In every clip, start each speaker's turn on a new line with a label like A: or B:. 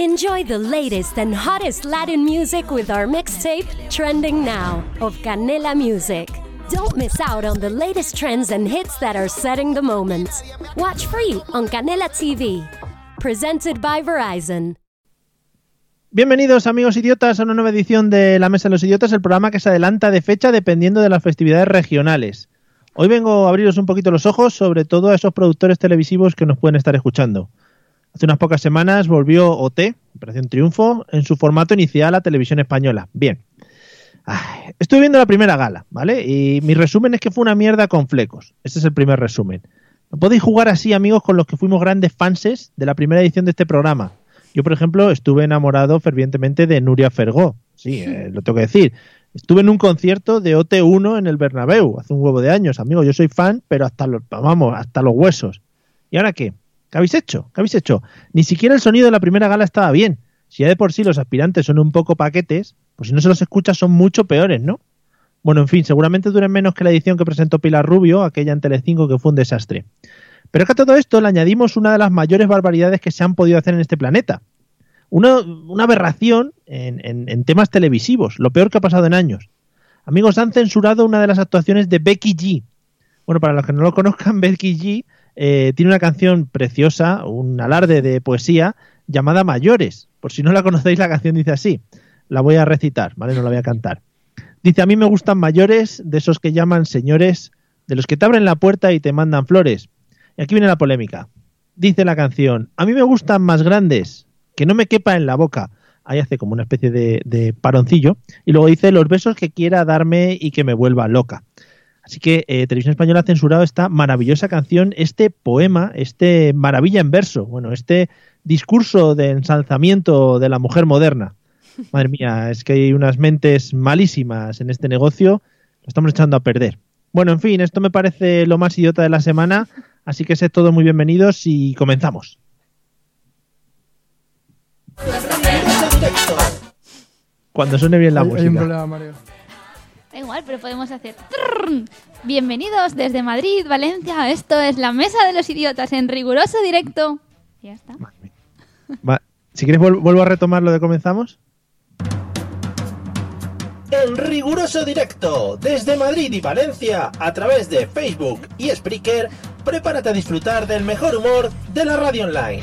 A: Enjoy the latest and hottest Latin music with our mixtape, Trending Now, of Canela Music. Don't miss out on the latest trends and hits that are setting the moment. Watch free on Canela TV. Presented by Verizon.
B: Bienvenidos amigos idiotas a una nueva edición de La Mesa de los Idiotas, el programa que se adelanta de fecha dependiendo de las festividades regionales. Hoy vengo a abriros un poquito los ojos sobre todo a esos productores televisivos que nos pueden estar escuchando. Hace unas pocas semanas volvió OT, Operación Triunfo, en su formato inicial a televisión española. Bien. Ay, estuve viendo la primera gala, ¿vale? Y mi resumen es que fue una mierda con flecos. Ese es el primer resumen. No podéis jugar así, amigos, con los que fuimos grandes fanses de la primera edición de este programa. Yo, por ejemplo, estuve enamorado fervientemente de Nuria Fergó. Sí, eh, lo tengo que decir. Estuve en un concierto de OT1 en el Bernabéu hace un huevo de años, amigo. Yo soy fan, pero hasta los, vamos, hasta los huesos. ¿Y ahora qué? ¿Qué habéis hecho? ¿Qué habéis hecho? Ni siquiera el sonido de la primera gala estaba bien. Si ya de por sí los aspirantes son un poco paquetes, pues si no se los escucha son mucho peores, ¿no? Bueno, en fin, seguramente duren menos que la edición que presentó Pilar Rubio, aquella en Telecinco que fue un desastre. Pero es que a todo esto le añadimos una de las mayores barbaridades que se han podido hacer en este planeta. Una, una aberración en, en- en temas televisivos, lo peor que ha pasado en años. Amigos, han censurado una de las actuaciones de Becky G. Bueno, para los que no lo conozcan, Becky G eh, tiene una canción preciosa, un alarde de poesía, llamada Mayores. Por si no la conocéis, la canción dice así. La voy a recitar, ¿vale? No la voy a cantar. Dice, a mí me gustan mayores, de esos que llaman señores, de los que te abren la puerta y te mandan flores. Y aquí viene la polémica. Dice la canción, a mí me gustan más grandes, que no me quepa en la boca. Ahí hace como una especie de, de paroncillo. Y luego dice, los besos que quiera darme y que me vuelva loca. Así que eh, Televisión Española ha censurado esta maravillosa canción, este poema, este maravilla en verso, bueno, este discurso de ensalzamiento de la mujer moderna. Madre mía, es que hay unas mentes malísimas en este negocio, lo estamos echando a perder. Bueno, en fin, esto me parece lo más idiota de la semana, así que sed todos muy bienvenidos y comenzamos. Cuando suene bien la
C: Hay- Hay un
B: música.
C: problema, Mario.
D: Da igual, pero podemos hacer. trrrn. Bienvenidos desde Madrid, Valencia. Esto es la Mesa de los Idiotas en riguroso directo. Ya está.
B: Madre mía. Va, Si quieres vuel- vuelvo a retomar lo de comenzamos.
E: En riguroso directo, desde Madrid y Valencia, a través de Facebook y Spreaker, prepárate a disfrutar del mejor humor de la radio online.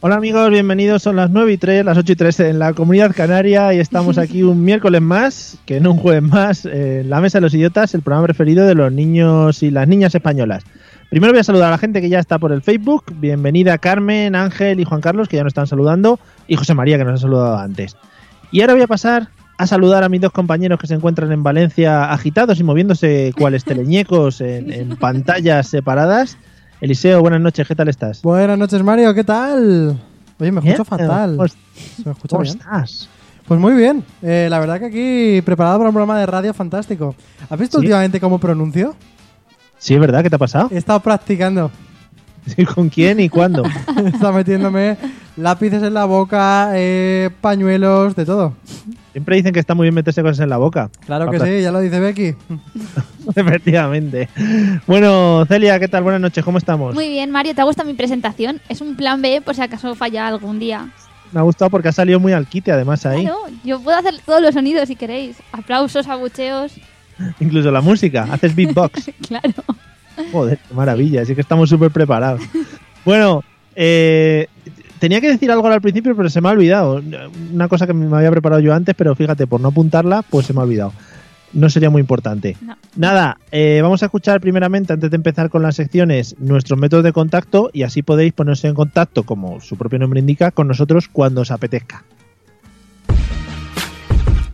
B: Hola amigos, bienvenidos. Son las 9 y 3, las 8 y 3 en la comunidad canaria y estamos aquí un miércoles más, que no un jueves más, eh, en la Mesa de los Idiotas, el programa preferido de los niños y las niñas españolas. Primero voy a saludar a la gente que ya está por el Facebook. Bienvenida Carmen, Ángel y Juan Carlos, que ya nos están saludando, y José María, que nos ha saludado antes. Y ahora voy a pasar a saludar a mis dos compañeros que se encuentran en Valencia agitados y moviéndose cuales teleñecos en, en pantallas separadas. Eliseo, buenas noches, ¿qué tal estás? ¿Eh?
C: Buenas noches, Mario. ¿Qué tal? Oye, me escucho fatal.
B: ¿Cómo
C: ¿Se me escucha
B: ¿Cómo
C: bien?
B: estás?
C: Pues muy bien. Eh, la verdad que aquí preparado para un programa de radio fantástico. ¿Has visto
B: Sí.
C: últimamente cómo pronuncio?
B: Sí, es verdad, ¿qué te ha pasado?
C: He estado practicando.
B: Sí, ¿Con quién y cuándo?
C: He estado metiéndome lápices en la boca, eh, pañuelos, de todo.
B: Siempre dicen que está muy bien meterse cosas en la boca.
C: Claro que sí, ya lo dice Becky.
B: Efectivamente. Bueno, Celia, ¿qué tal? Buenas noches, ¿cómo estamos?
D: Muy bien, Mario, ¿te ha gustado mi presentación? Es un plan B por si acaso falla algún día.
B: Me ha gustado porque ha salido muy al quite, además, ahí.
D: Claro, yo puedo hacer todos los sonidos si queréis. Aplausos, abucheos.
B: Incluso la música. Haces beatbox.
D: Claro.
B: Joder, qué maravilla. Así que estamos súper preparados. Bueno, eh, tenía que decir algo ahora al principio, pero se me ha olvidado. Una cosa que me había preparado yo antes, pero fíjate, por no apuntarla, pues se me ha olvidado. No sería muy importante.
D: No.
B: Nada, eh, vamos a escuchar primeramente, antes de empezar con las secciones, nuestros métodos de contacto y así podéis ponerse en contacto, como su propio nombre indica, con nosotros cuando os apetezca.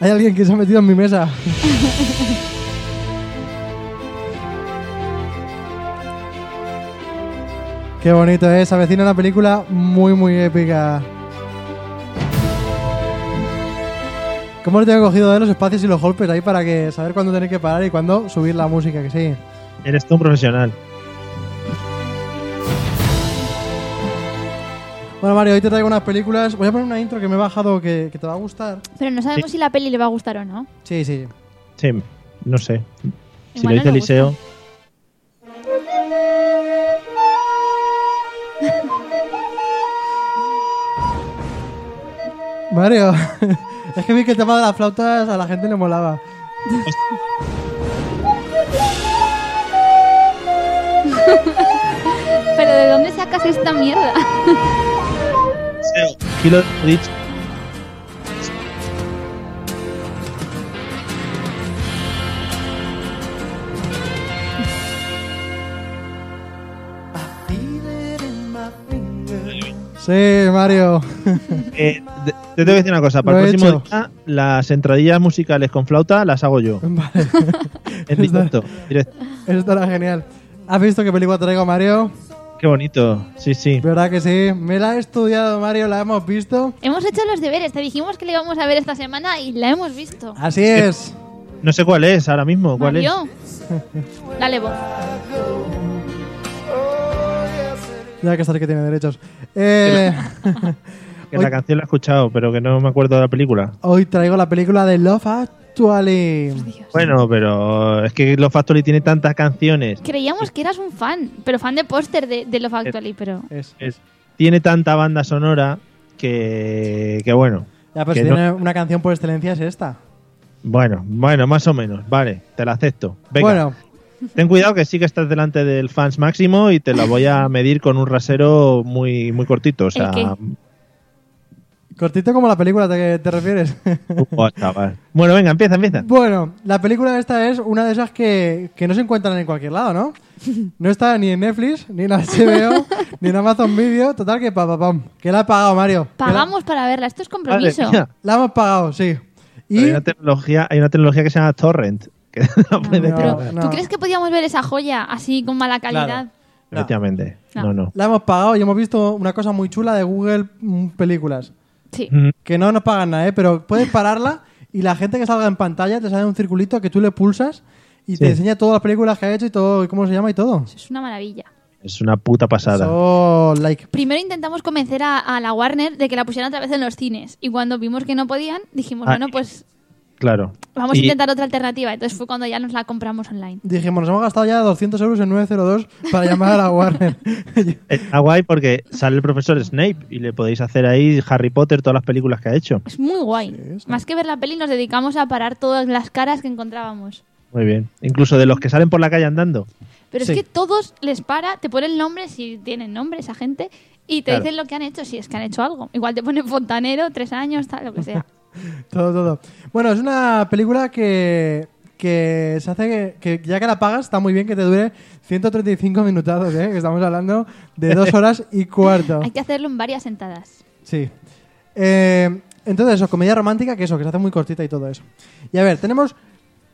C: Hay alguien que se ha metido en mi mesa. Qué bonito es, se avecina una película muy, muy épica. ¿Cómo le tengo cogido de los espacios y los golpes ahí para que saber cuándo tener que parar y cuándo subir la música? Que sí.
B: Eres tú un profesional.
C: Bueno, Mario, hoy te traigo unas películas. Voy a poner una intro que me he bajado que, que te va a gustar.
D: Pero no sabemos si la peli le va a gustar o no.
C: Sí, sí.
B: Sí, no sé. Si
D: Igual
B: lo dice
D: no le gusta.
B: Eliseo.
C: Mario, es que vi que el tema de las flautas a la gente le molaba.
D: Pero ¿de dónde sacas esta mierda?
B: Eliseo, kilo de dicho.
C: Sí, Mario.
B: Eh, te- te tengo que decir una cosa. Para
C: Lo he
B: el próximo
C: hecho.
B: día, las entradillas musicales con flauta las hago yo.
C: Vale,
B: En directo. directo.
C: eso estará genial. ¿Has visto qué película traigo, Mario?
B: Qué bonito. Sí, sí.
C: ¿Verdad que sí? Me la he estudiado, Mario, la hemos visto.
D: Hemos hecho los deberes, te dijimos que la íbamos a ver esta semana y la hemos visto.
C: Así es.
B: No sé cuál es ahora mismo. Ah, ¿Cuál es?
D: Mario. Dale voz.
C: Ya que estar que tiene derechos. Eh,
B: Que la canción la he escuchado, pero que no me acuerdo de la película.
C: hoy traigo la película de Love Actually.
B: Bueno, pero es que Los Factory tiene tantas canciones,
D: Creíamos que eras un fan, pero fan de póster de, de Love
B: Eh,
D: Actually, pero...
C: Es.
B: es- tiene tanta banda sonora que, que bueno.
C: Ya, pues
B: Que
C: si
B: no-
C: tiene una canción por excelencia es esta.
B: Bueno, bueno, más o menos. Vale, te la acepto. Venga,
C: Bueno,
B: ten cuidado que sí que estás delante del fans máximo y te la voy a medir con un rasero muy, muy cortito. O sea,
D: qué?
C: cortito como la película, ¿te, te refieres?
B: ujo, chaval. Bueno, venga, empieza, empieza.
C: Bueno, la película esta es una de esas que, que no se encuentran en cualquier lado, ¿no? No está ni en Netflix, ni en HBO, ni en Amazon Video. Total, que pa, pa, pam. Que la ha pagado, Mario. Que la-
D: Pagamos para verla, esto es
B: Madre
D: compromiso.
B: mía,
C: La hemos pagado, sí.
B: hay,
C: Y
B: una tecnología, hay una tecnología que se llama Torrent. Que no puede
C: no,
B: creer.
D: Ah, Pero,
C: no.
D: ¿tú crees que podíamos ver esa joya así con mala calidad?
B: Efectivamente.
D: No.
B: No, no.
C: la hemos pagado y hemos visto una cosa muy chula de Google mm, Películas.
D: Sí.
B: Mm,
C: Que no nos pagan nada, ¿eh? Pero puedes pararla y la gente que salga en pantalla te sale un circulito que tú le pulsas y te
B: Sí.
C: enseña todas las películas que ha hecho y todo, y cómo se llama y todo.
D: Eso es una maravilla.
B: Es una puta pasada.
C: So, like.
D: Primero intentamos convencer a, a la Warner de que la pusieran otra vez en los cines. Y cuando vimos que no podían, dijimos,
B: Ah,
D: bueno,
B: y-
D: pues
B: Claro.
D: vamos a
B: Y-
D: intentar otra alternativa. Entonces fue cuando ya nos la compramos online.
C: Dijimos, nos hemos gastado ya 200 euros en 902 para llamar a la Warner.
B: Está guay porque sale el profesor Snape y le podéis hacer ahí Harry Potter, todas las películas que ha hecho.
D: Es muy guay.
C: sí.
D: Más que ver la peli, nos dedicamos a parar todas las caras que encontrábamos.
B: Muy bien. Incluso de los que salen por la calle andando.
D: Pero
C: Sí.
D: es que todos les para, te ponen nombres, si tienen nombre esa gente, y te
B: Claro.
D: dicen lo que han hecho, si es que han hecho algo. Igual te ponen fontanero, tres años, tal, lo que sea.
C: todo, todo. Bueno, es una película que, que se hace que, que ya que la pagas está muy bien que te dure 135 minutazos, ¿eh? Que estamos hablando de dos horas y cuarto.
D: Hay que hacerlo en varias sentadas.
C: Sí. Eh, entonces, eso, comedia romántica, que eso, que se hace muy cortita y todo eso. Y a ver, tenemos,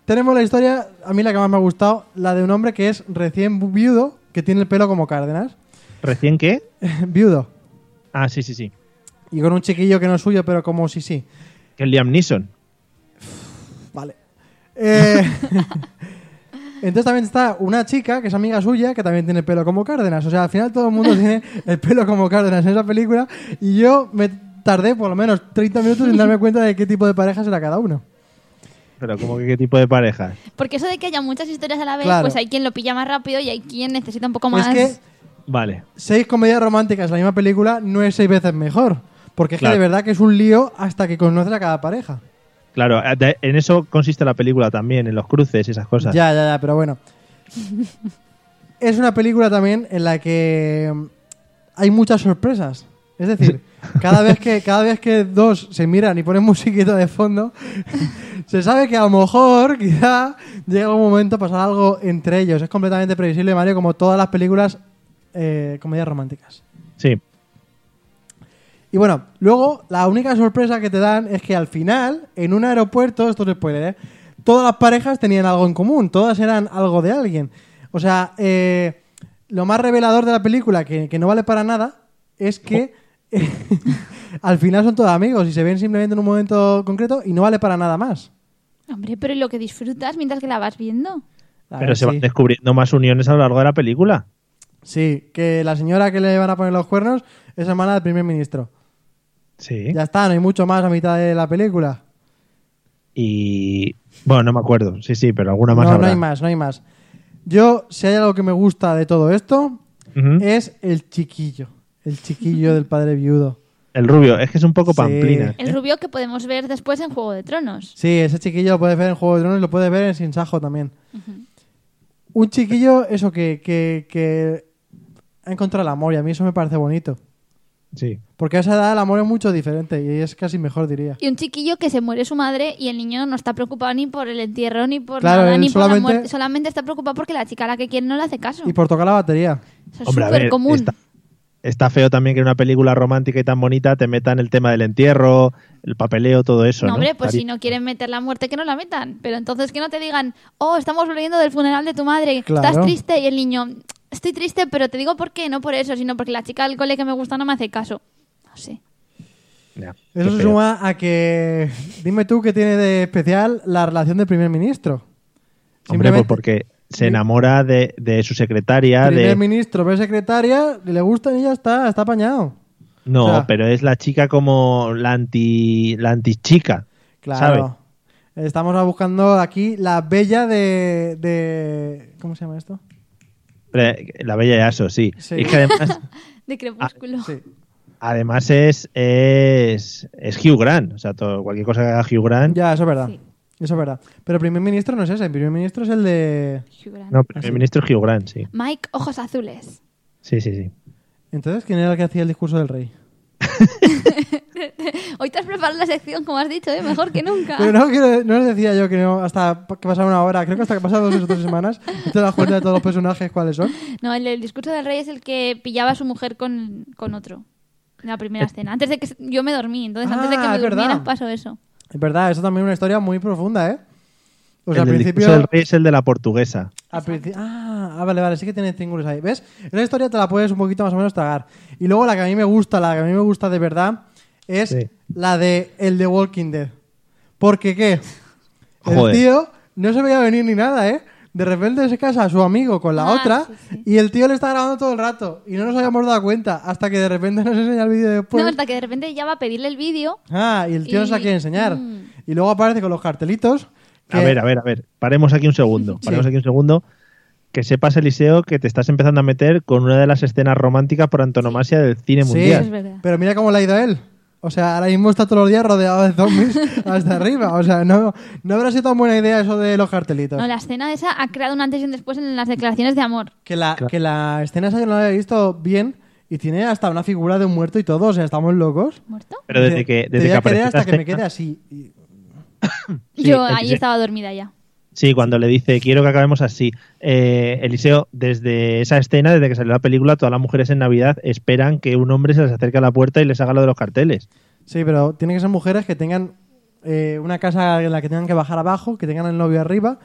C: tenemos la historia, a mí la que más me ha gustado, la de un hombre que es recién viudo, que tiene el pelo como Cárdenas.
B: ¿Recién qué?
C: viudo.
B: Ah, sí, sí, sí.
C: Y con un chiquillo que no es suyo, pero como sí, sí.
B: Que es Liam Neeson.
C: Vale. Eh, entonces también está una chica que es amiga suya que también tiene pelo como Cárdenas. O sea, al final todo el mundo tiene el pelo como Cárdenas en esa película. Y yo me tardé por lo menos 30 minutos en darme cuenta de qué tipo de parejas era cada uno.
B: Pero como que qué tipo de pareja.
D: Porque eso de que haya muchas historias a la vez,
C: Claro.
D: pues hay quien lo pilla más rápido y hay quien necesita un poco más.
C: Pues Es que
B: Vale.
C: seis comedias románticas en la misma película no es seis veces mejor. Porque es
B: Claro.
C: que de verdad que es un lío hasta que conoces a cada pareja.
B: Claro, de- en eso consiste la película también, en los cruces y esas cosas.
C: Ya, ya, ya, pero bueno. es una película también en la que mm, hay muchas sorpresas. Es decir, cada vez que, cada vez que dos se miran y ponen musiquita de fondo, se sabe que a lo mejor, quizá, llega un momento a pasar algo entre ellos. Es completamente previsible, Mario, como todas las películas eh, comedias románticas.
B: Sí.
C: Y bueno, luego la única sorpresa que te dan es que al final, en un aeropuerto, esto es spoiler, ¿eh? todas las parejas tenían algo en común, todas eran algo de alguien. O sea, eh, lo más revelador de la película, que, que no vale para nada, es que al final son todos amigos y se ven simplemente en un momento concreto y no vale para nada más.
D: Hombre, pero ¿y lo que disfrutas mientras que la vas viendo?
C: A
B: Pero
C: ver,
B: se van
C: sí.
B: descubriendo más uniones a lo largo de la película.
C: Sí, que la señora que le van a poner los cuernos es hermana del primer ministro.
B: Sí.
C: Ya está, no hay mucho más a mitad de la película.
B: Y. Bueno, no me acuerdo. Sí, sí, pero alguna más
C: no,
B: habrá.
C: no hay más, no hay más. Yo, si hay algo que me gusta de todo esto,
B: Ujú.
C: es el chiquillo. El chiquillo del padre viudo.
B: El rubio, es que es un poco
C: Sí.
B: pamplina.
C: ¿Eh?
D: El rubio que podemos ver después en Juego de Tronos.
C: Sí, ese chiquillo lo puedes ver en Juego de Tronos, lo puedes ver en Sin Sajo también. Un chiquillo, eso, que, que, que ha encontrado el amor y a mí eso me parece bonito.
B: Sí.
C: Porque a esa edad el amor es mucho diferente y es casi mejor, diría.
D: Y un chiquillo que se muere su madre y el niño no está preocupado ni por el entierro, ni por
C: Claro,
D: nada,
C: él
D: ni por
C: solamente-
D: la muerte. Solamente está preocupado porque la chica a la que quiere no le hace caso.
C: Y por tocar la batería.
D: Eso es
B: Hombre, a
D: súper
B: ver,
D: común.
B: Está, está feo también que en una película romántica y tan bonita te metan el tema del entierro, el papeleo, todo eso.
D: No,
B: No,
D: hombre, pues
B: Pari-
D: si no quieren meter la muerte, que no la metan. Pero entonces que no te digan, oh, estamos volviendo del funeral de tu madre,
C: Claro.
D: estás triste. Y el niño, estoy triste, pero te digo por qué, no por eso, sino porque la chica del cole que me gusta no me hace caso. No sé.
B: Ya, qué
C: Eso se
B: feo.
C: suma a que. Dime tú qué tiene de especial la relación del primer ministro.
B: Hombre, pues
C: Simplemente-
B: porque se
C: Sí.
B: enamora de, de su secretaria,
C: primer
B: de...
C: ministro, pero secretaria, le gustan y ya está, está apañado.
B: No,
C: o sea-
B: pero es la chica como la anti la antichica.
C: Claro. Estamos ahora buscando aquí la bella de, de- ¿Cómo se llama esto?
B: ¿sabes? Eh, La bella de Aso, sí.
C: Sí.
B: Y es que además,
D: De crepúsculo.
C: Sí.
B: además es, es, es Hugh Grant. O sea, todo- cualquier cosa que haga Hugh Grant.
C: Ya, eso es verdad.
D: Sí.
C: Eso es verdad. Pero el primer ministro no es ese, el primer ministro es el de...
D: Hugh Grant.
B: No, pero
C: Así.
B: el ministro es Hugh Grant, sí.
D: Mike, ojos azules.
B: Sí, sí, sí.
C: Entonces, ¿quién era el que hacía el discurso del rey?
D: Hoy te has preparado la sección, como has dicho, ¿eh? mejor que nunca.
C: Pero no, quiero- no les decía yo que no, hasta que pasaba una hora, creo que hasta que pasaba dos o tres semanas, no te das cuenta de todos los personajes cuáles son.
D: No, el, el discurso del rey es el que pillaba a su mujer con, con otro. En la primera escena. Antes de que se- yo me dormí, entonces antes de
C: Eh. Ah,
D: que me
C: es verdad.
D: durmieras pasó eso.
C: Es verdad, eso también es una historia muy profunda, ¿eh? O sea,
B: el
C: al
B: del
C: principio...
B: discurso del rey es el de la portuguesa.
C: Al princi- ah, ah, vale, vale, sí que tiene triángulos ahí. ¿Ves? Esa historia te la puedes un poquito más o menos tragar. Y luego la que a mí me gusta, la que a mí me gusta de verdad, es
B: Sí.
C: la de el de Walking Dead. Porque qué?
B: Joder.
C: El tío no se veía venir ni nada, ¿eh? De repente se casa su amigo con la
D: Ah,
C: otra
D: sí, sí.
C: y el tío le está grabando todo el rato y no nos habíamos dado cuenta hasta que de repente nos enseña el vídeo después.
D: no, hasta que de repente ya va a pedirle el vídeo.
C: Ah, y el tío nos la
D: Y-
C: quiere enseñar.
D: mm.
C: Y luego aparece con los cartelitos.
B: A
C: que-
B: ver, a ver, a ver. Paremos aquí un segundo. Paremos aquí un segundo. Que sepas, Eliseo, que te estás empezando a meter con una de las escenas románticas por antonomasia del cine
C: Sí,
B: mundial.
D: es verdad.
C: pero mira cómo le ha ido a él. O sea, ahora mismo está todos los días rodeado de zombies hasta arriba. O sea, no, no habrá sido tan buena idea eso de los cartelitos.
D: No, la escena esa ha creado un antes y un después en las declaraciones de amor.
C: Que, la, que la escena esa yo no la había visto bien y tiene hasta una figura de un muerto y todo. O sea, estamos locos.
D: ¿Muerto?
B: Pero desde
C: Dice,
B: que,
C: te
B: desde
C: voy
B: que
C: a querer
B: apareció
C: hasta
B: la
C: que me
B: escena-
C: quede así. Y-
B: Sí,
D: Yo
B: el
D: ahí
B: diseño.
D: estaba dormida ya.
B: Sí, cuando le dice, quiero que acabemos así. Eh, Eliseo, desde esa escena, desde que salió la película, todas las mujeres en Navidad esperan que un hombre se les acerque a la puerta y les haga lo de los carteles.
C: Sí, pero tienen que ser mujeres que tengan eh, una casa en la que tengan que bajar abajo, que tengan el novio arriba,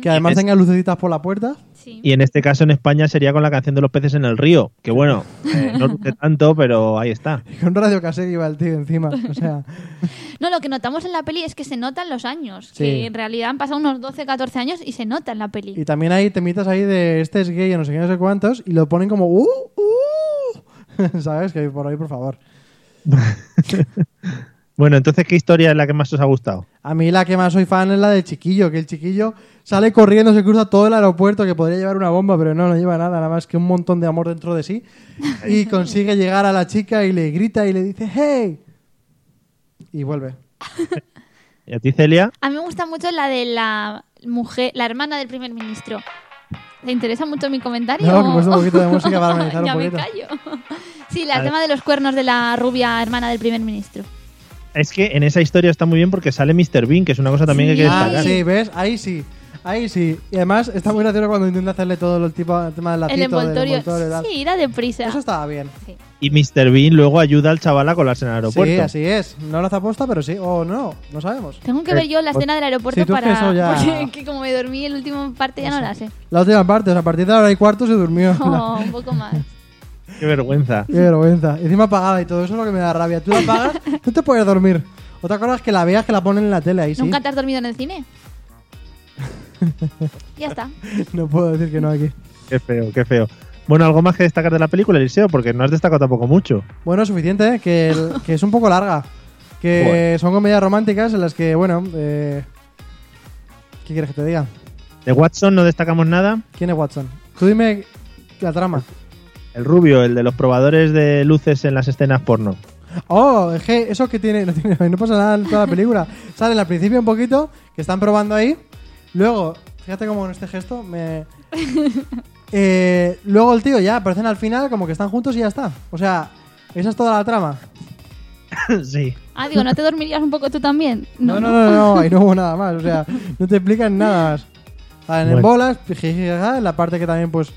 C: que además
B: Es-
C: tengan lucecitas por la puerta.
D: Sí.
B: Y en este caso en España sería con la canción de los peces en el río, que bueno, eh, no luce tanto, pero ahí está.
C: Y un radio casero iba el tío encima. O sea,
D: No, lo que notamos en la peli es que se notan los años.
C: Sí.
D: Que en realidad han pasado unos 12, 14 años y se nota en la peli.
C: Y también hay temitas ahí de este es gay o no sé qué, no sé cuántos, y lo ponen como ¡Uh! ¡Uh! ¿Sabes? Que por ahí, por favor.
B: Bueno, entonces, ¿qué historia es la que más os ha gustado?
C: A mí la que más soy fan es la del chiquillo, que el chiquillo sale corriendo, se cruza todo el aeropuerto, que podría llevar una bomba, pero no, no lleva nada, nada más que un montón de amor dentro de sí. Y consigue llegar a la chica y le grita y le dice ¡Hey! Y vuelve.
B: ¿Y a ti, Celia?
D: A mí me gusta mucho la de la mujer, la hermana del primer ministro. ¿Te interesa mucho mi comentario?
C: No, que he puesto un poquito de música para amenizar un
D: ya me
C: poquito.
D: callo. Sí, la- el
B: Vale.
D: tema de los cuernos de la rubia hermana del primer ministro.
B: Es que en esa historia está muy bien porque sale Mr. Bean, que es una cosa también que hay que
C: Ah,
B: destacar.
C: sí, ¿ves? Ahí sí. Ahí sí. Y además está muy gracioso cuando intenta hacerle todo el tipo, el tema del
D: el
C: lacito,
D: envoltorio.
C: del envoltorio y tal.
D: sí, irá deprisa.
C: Eso estaba bien.
B: Y Mr. Bean luego ayuda al chaval a colarse en el aeropuerto.
C: Sí, así es. No lo hace aposta, pero sí. O no, no sabemos.
D: Tengo que ver yo la
B: Eh, pues,
D: escena del aeropuerto
C: si tú es que
D: para.
C: eso ya-
D: Porque que como me dormí el último parte ya no la sé.
C: La última parte, o sea, a partir de la hora y cuarto se durmió.
D: Oh, un poco más.
B: Qué vergüenza.
C: Qué vergüenza. Y Encima apagada y todo eso es lo que me da rabia. Tú la apagas, tú te puedes dormir. Otra cosa es que la veas que la ponen en la tele ahí, sí.
D: ¿Nunca te has dormido en el cine? ya está.
C: No puedo decir que no aquí.
B: Qué feo, qué feo. Bueno, algo más que destacar de la película, Eliseo, porque no has destacado tampoco mucho.
C: Bueno, suficiente, ¿eh? que, el- que es un poco larga. Que
B: Joder.
C: son comedias románticas en las que, bueno, eh, ¿qué quieres que te diga?
B: De Watson no destacamos nada.
C: ¿Quién es Watson? Tú dime la trama.
B: El rubio, el de los probadores de luces en las escenas porno.
C: Oh, es que eso que tiene no, tiene- no pasa nada en toda la película. Salen al principio un poquito, que están probando ahí. Luego, fíjate cómo en este gesto me. Eh, luego el tío ya aparecen al final, como que están juntos y ya está. O sea, esa es toda la trama.
B: sí.
D: Ah, digo, ¿no te dormirías un poco tú también?
C: No, no, no, no, ahí no hubo nada más. O sea, no te explican nada más. Salen en
B: Bueno.
C: bolas, jiji, jaja, en la parte que también, pues,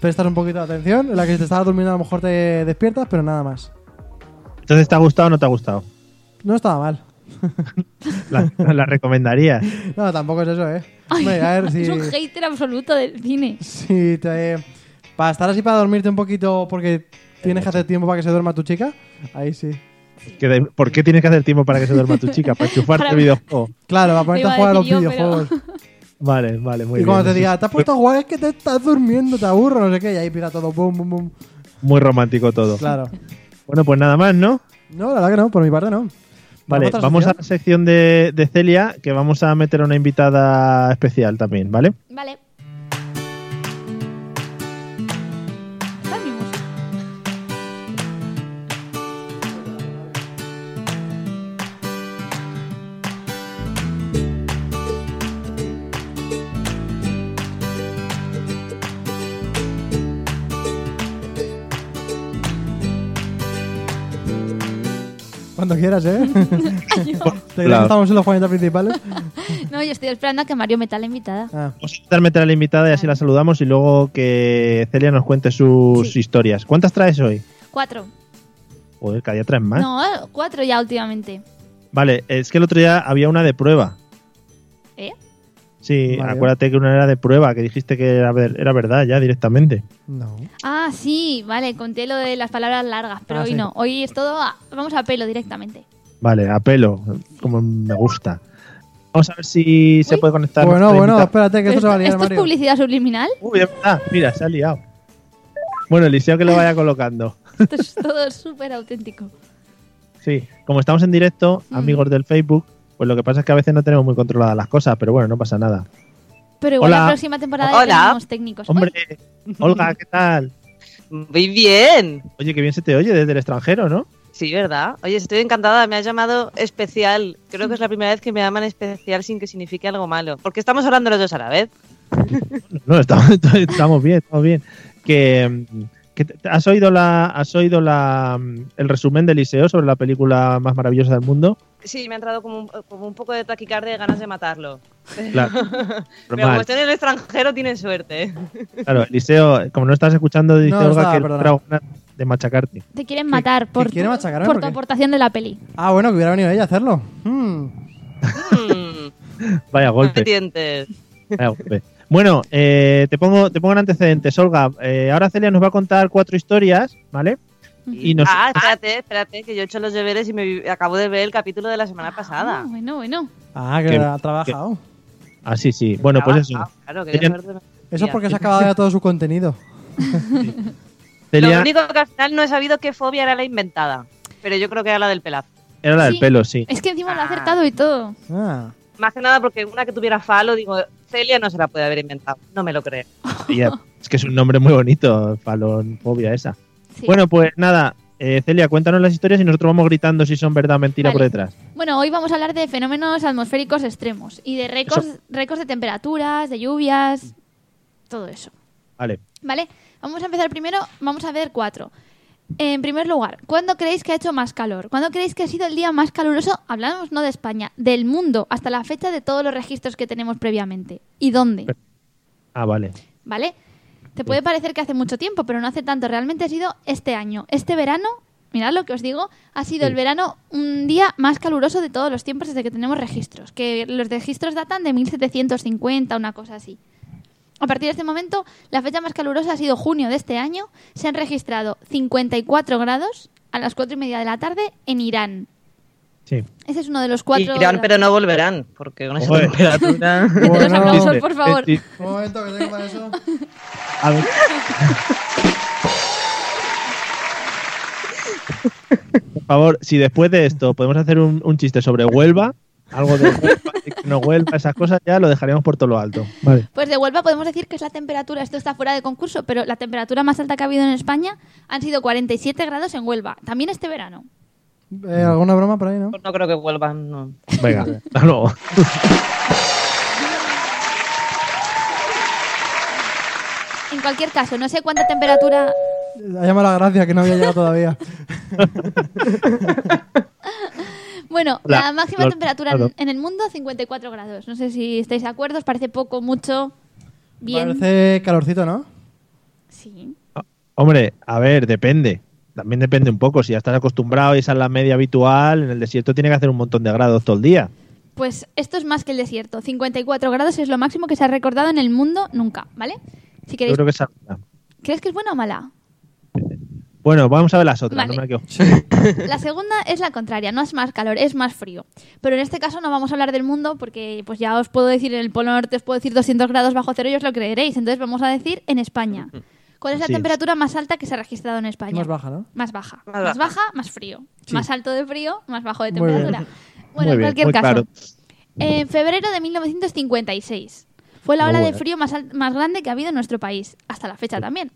C: prestas un poquito de atención. En la que si te estabas durmiendo, a lo mejor te despiertas, pero nada más.
B: Entonces, ¿te ha gustado o no te ha gustado?
C: No estaba mal.
B: La, la recomendaría.
C: No, tampoco es eso, ¿eh? Hombre, a ver si.
D: Es un hater absoluto del cine.
C: Sí, te- para estar así para dormirte un poquito porque tienes que hacer tiempo para que se duerma tu chica, ahí sí.
B: Que de- ¿Por qué tienes que hacer tiempo para que se duerma tu chica? Para enchufarte
D: Para-
B: el videojuego.
C: Claro, va a ponerte
D: Lo
C: a
D: iba a
C: jugar a los
D: decir yo,
C: videojuegos.
B: Vale, vale, muy
C: y
B: bien.
C: cuando te
B: Sí,
C: diga, te has puesto a jugar, es que te estás durmiendo, te aburro, no sé qué, y ahí pira todo, boom, boom, boom.
B: Muy romántico todo.
C: Claro.
B: Bueno, pues nada más, ¿no?
C: No, la verdad que no, por mi parte no.
B: Vale,
C: otra
B: vamos a
C: sección?
B: la sección de, de Celia, que vamos a meter a una invitada especial también, ¿vale?
D: Vale. Está mi música.
C: Cuando quieras, ¿eh? ¿Te crees que
B: Claro.
C: estamos en los 40 principales?
D: No, yo estoy esperando a que Mario meta la invitada.
C: Ah,
B: Vamos a intentar meter a la invitada y así la saludamos y luego que Celia nos cuente sus
D: Sí.
B: historias. ¿Cuántas traes hoy?
D: Cuatro.
B: Joder, cada día traes más.
D: No, cuatro ya últimamente.
B: Vale, es que el otro día había una de prueba.
D: ¿Eh?
B: Sí,
C: Vale.
B: acuérdate que una era de prueba, que dijiste que era, ver- era verdad ya directamente.
C: no.
D: Ah, sí, vale, conté lo de las palabras largas, pero
C: Ah,
D: hoy
C: sí.
D: no. Hoy es todo, a- vamos a pelo directamente.
B: Vale, a pelo, como me gusta. Vamos a ver si se
D: Uy.
B: puede conectar.
C: Bueno,
B: nuestra
C: bueno,
B: invitada.
C: espérate, que esto se va a liar,
D: ¿Esto es
C: Mario.
D: publicidad subliminal?
B: Uy, es verdad, mira, se ha liado. Bueno, Eliseo que lo vaya colocando.
D: Esto es todo súper auténtico.
B: Sí, como estamos en directo, amigos del Facebook, pues lo que pasa es que a veces no tenemos muy controladas las cosas, pero bueno, no pasa nada.
D: Pero igual
B: Hola.
D: la próxima temporada
F: Hola.
D: ya tenemos técnicos.
B: Hombre, Olga, ¿qué tal?
F: Muy bien.
B: Oye, que bien se te oye desde el extranjero, ¿no?
F: Sí, ¿verdad? Oye, estoy encantada. Me has llamado especial. Creo que es la primera vez que me llaman especial sin que signifique algo malo. Porque estamos hablando los dos a la vez.
B: No, estamos, estamos bien, estamos bien. Que, mm, que te- ¿Has oído, la, has oído la, mm, el resumen de Eliseo sobre la película más maravillosa del mundo?
F: Sí, me ha entrado como un, como un poco de taquicardia de ganas de matarlo.
B: Claro,
F: Pero como
B: normal.
F: estoy en el extranjero, tienen suerte.
B: Claro, Eliseo, como no estás escuchando, dice
C: No,
B: Olga
C: estaba,
B: que le
C: perdona.
B: trago ganas de machacarte.
D: Te quieren matar por,
C: quieren
D: tu-
C: machacarme?
D: por
C: ¿Por
D: tu
C: qué?
D: aportación de la peli.
C: Ah, bueno, que hubiera venido ella a hacerlo. Hmm.
F: Hmm,
B: Vaya golpe.
F: pendientes.
B: Vaya golpe. Ah, Bueno, eh, te, pongo, te pongo en antecedentes, Olga. Eh, ahora Celia nos va a contar cuatro historias, ¿vale? Y nos...
F: Ah, espérate, espérate, que yo he hecho los deberes y me vi- acabo de ver el capítulo de la semana
D: Ah,
F: pasada.
D: bueno, bueno.
C: Ah, que
B: Que-
C: ha trabajado.
B: Ah, sí, sí. Bueno, pues eso.
F: Ah, Claro, que
B: Celia-
F: suerte.
C: Eso es porque se ha acabado ya todo su contenido.
F: Lo
B: Celia
F: único que al final no he sabido qué fobia era la inventada. Pero yo creo que era la del pelazo.
B: era la del
D: Sí.
B: pelo, sí.
D: Es que encima lo ha
F: Ah.
D: acertado y todo.
C: Ah.
F: Más que nada porque una que tuviera falo, digo, Celia no se la puede haber inventado. No me lo creo.
B: Tía, Es que es un nombre muy bonito, Falonfobia esa.
D: Sí.
B: Bueno, pues nada, eh, Celia, cuéntanos las historias y nosotros vamos gritando si son verdad o mentira
D: Vale.
B: por detrás.
D: Bueno, hoy vamos a hablar de fenómenos atmosféricos extremos y de récords, récords de temperaturas, de lluvias, todo eso.
B: Vale.
D: ¿Vale? Vamos a empezar primero, vamos a ver cuatro. En primer lugar, ¿cuándo creéis que ha hecho más calor? ¿Cuándo creéis que ha sido el día más caluroso? Hablamos no de España, del mundo, hasta la fecha de todos los registros que tenemos previamente. ¿Y dónde?
B: Ah, vale.
D: ¿Vale? Te puede parecer que hace mucho tiempo, pero no hace tanto. Realmente ha sido este año. Este verano, mirad lo que os digo, ha sido el verano un día más caluroso de todos los tiempos desde que tenemos registros. Que los registros datan de 1750, una cosa así. A partir de este momento, la fecha más calurosa ha sido junio de este año. Se han registrado 54 grados a las cuatro y media de la tarde en Irán.
B: Sí.
D: Ese es uno de los cuatro.
F: Irán, pero no volverán, porque
D: Pues
F: con
B: Joder.
F: esa temperatura.
D: Los
C: Bueno,
D: aplausos,
B: Triste,
D: por favor.
B: triste.
C: Un momento, que tengo para eso.
B: A ver. Por favor, si después de esto podemos hacer un, un chiste sobre Huelva, algo de Huelva, que no Huelva, esas cosas, ya lo dejaríamos por todo lo alto. Vale.
D: Pues de Huelva podemos decir que es la temperatura, esto está fuera de concurso, pero la temperatura más alta que ha habido en España han sido 47 grados en Huelva, también este verano.
C: Eh, ¿Alguna broma por ahí, no?
F: No creo que vuelvan, no.
B: Venga, hasta luego.
D: En cualquier caso, no sé cuánta temperatura...
C: Ha llamado la gracia que no había llegado todavía.
D: Bueno,
B: La-
D: la máxima
B: la-
D: temperatura
B: claro.
D: en, en el mundo, 54 grados. No sé si estáis de acuerdo, os parece poco, mucho, bien.
C: Parece calorcito, ¿no?
D: Sí.
B: Hombre, a ver, depende. También depende un poco. Si ya estás acostumbrado y esa es la media habitual, en el desierto tiene que hacer un montón de grados todo el día.
D: Pues esto es más que el desierto, 54 grados es lo máximo que se ha recordado en el mundo nunca, ¿vale? Si
B: Yo
D: queréis,
B: creo que esa-
D: ¿crees que es buena o mala?
B: Bueno, vamos a ver las otras.
D: Vale.
B: no me la quiero-
D: La segunda es la contraria, no es más calor, es más frío. Pero en este caso no vamos a hablar del mundo porque pues ya os puedo decir en el Polo Norte, os puedo decir 200 grados bajo cero y os lo creeréis. Entonces vamos a decir en España. ¿Cuál es la
B: Sí.
D: temperatura más alta que se ha registrado en España?
C: Más baja, ¿no?
D: Más baja.
F: Más
D: Más
F: baja.
D: baja, más frío.
C: Sí.
D: Más alto de frío, más bajo de
C: Muy bien.
D: temperatura. Bueno,
B: Muy
D: en
B: bien,
D: cualquier
B: muy
D: caso.
B: claro.
D: En Eh, febrero de 1956 fue la
B: Muy
D: ola de
B: buena.
D: frío más, al- más grande que ha habido en nuestro país, hasta la fecha también.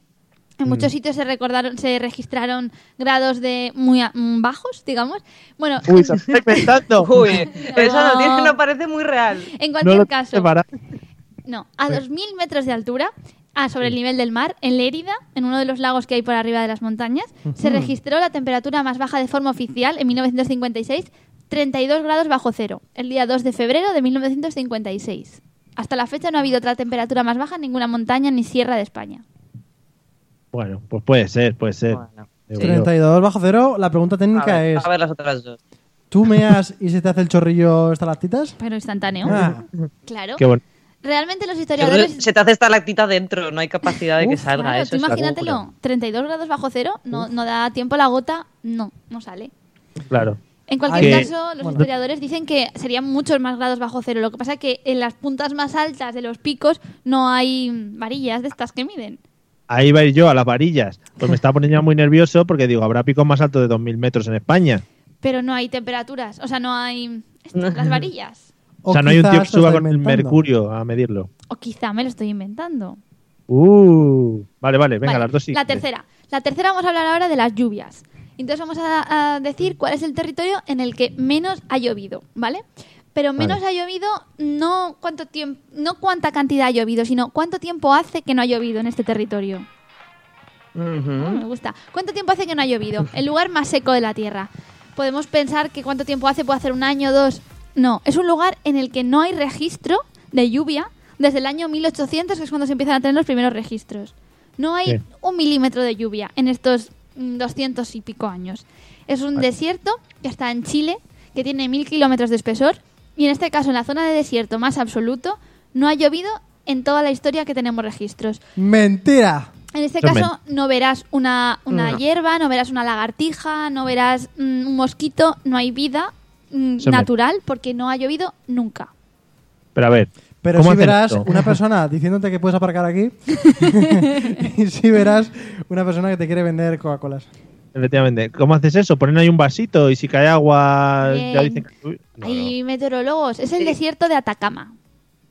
D: En
B: Mm.
D: muchos sitios se recordaron, se registraron grados de muy a- mm, bajos, digamos. Bueno,
B: Uy, se me está inventando.
F: Uy,
D: No.
F: esa noticia no parece muy real.
D: en
B: No
D: cualquier
B: lo tengo
D: caso,
B: preparado.
D: no, a 2.000 metros de altura, ah, sobre el nivel del mar, en Lérida, en uno de los lagos que hay por arriba de las montañas, se registró la temperatura más baja de forma oficial en 1956, 32 grados bajo cero, el día 2 de febrero de 1956. Hasta la fecha no ha habido otra temperatura más baja en ninguna montaña ni sierra de España.
B: Bueno, pues puede ser, puede ser.
F: Bueno,
B: Digo yo.
C: 32 bajo cero. La pregunta
F: a,
C: técnica
F: ver,
C: es:
F: a ver las otras dos.
C: ¿tú meas y se te hace el chorrillo estalactitas?
D: Pero instantáneo,
C: Ah,
D: claro.
B: Qué bueno.
D: Realmente los
F: Yo creo que
D: historiadores...
F: Se te hace esta lactita dentro, no hay capacidad de que
C: Uf,
F: salga
D: Claro,
F: eso.
D: tú
F: es la
D: imagínatelo, 32 grados bajo cero, no, no da tiempo la gota, no, no sale.
B: Claro.
D: En cualquier
B: Ay,
D: caso, los
C: bueno.
D: historiadores dicen que serían muchos más grados bajo cero. Lo que pasa es que en las puntas más altas de los picos no hay mm, varillas de estas que miden.
B: Ahí va a ir yo, a las varillas. Pues me está poniendo ya muy nervioso porque digo, habrá picos más altos de 2.000 metros en España.
D: Pero no hay temperaturas, o sea, no hay estas, las varillas.
B: O, sea, no hay un tío
C: quizás
B: que
C: lo
B: suba
C: está
B: con el
C: inventando.
B: mercurio a medirlo.
D: O quizá me lo estoy inventando.
B: Uh, vale, vale, venga,
D: Vale,
B: las dos sí.
D: La tercera. La tercera vamos a hablar ahora de las lluvias. Entonces vamos a, a decir cuál es el territorio en el que menos ha llovido, ¿vale? Pero menos ha llovido no cuánto tiempo, no cuánta cantidad ha llovido, sino cuánto tiempo hace que no ha llovido en este territorio.
F: Ujú.
D: Ah, me gusta. ¿Cuánto tiempo hace que no ha llovido? El lugar más seco de la Tierra. Podemos pensar que cuánto tiempo hace, puede hacer un año, dos. No, es un lugar en el que no hay registro de lluvia desde el año 1800, que es cuando se empiezan a tener los primeros registros. No hay
B: Bien.
D: un milímetro de lluvia en estos mm, 200 y pico años. Es un desierto que está en Chile, que tiene mil kilómetros de espesor, y en este caso, en la zona de desierto más absoluto, no ha llovido en toda la historia que tenemos registros.
C: ¡Mentira!
D: En este
B: Yo me-
D: caso no verás una, una
F: No.
D: hierba, no verás una lagartija, no verás mm, un mosquito, no hay vida mm,
B: Yo me-
D: natural porque no ha llovido nunca.
B: Pero a ver,
C: Pero
B: ¿cómo
C: si
B: hacen
C: verás
B: esto?
C: una persona diciéndote que puedes aparcar aquí, y si verás una persona que te quiere vender Coca-Colas.
B: Efectivamente, ¿cómo haces eso? Ponen ahí un vasito y si cae agua, ya
D: Bien.
B: dicen que... Uy, no,
D: hay meteorólogos, es el desierto de Atacama.
B: no.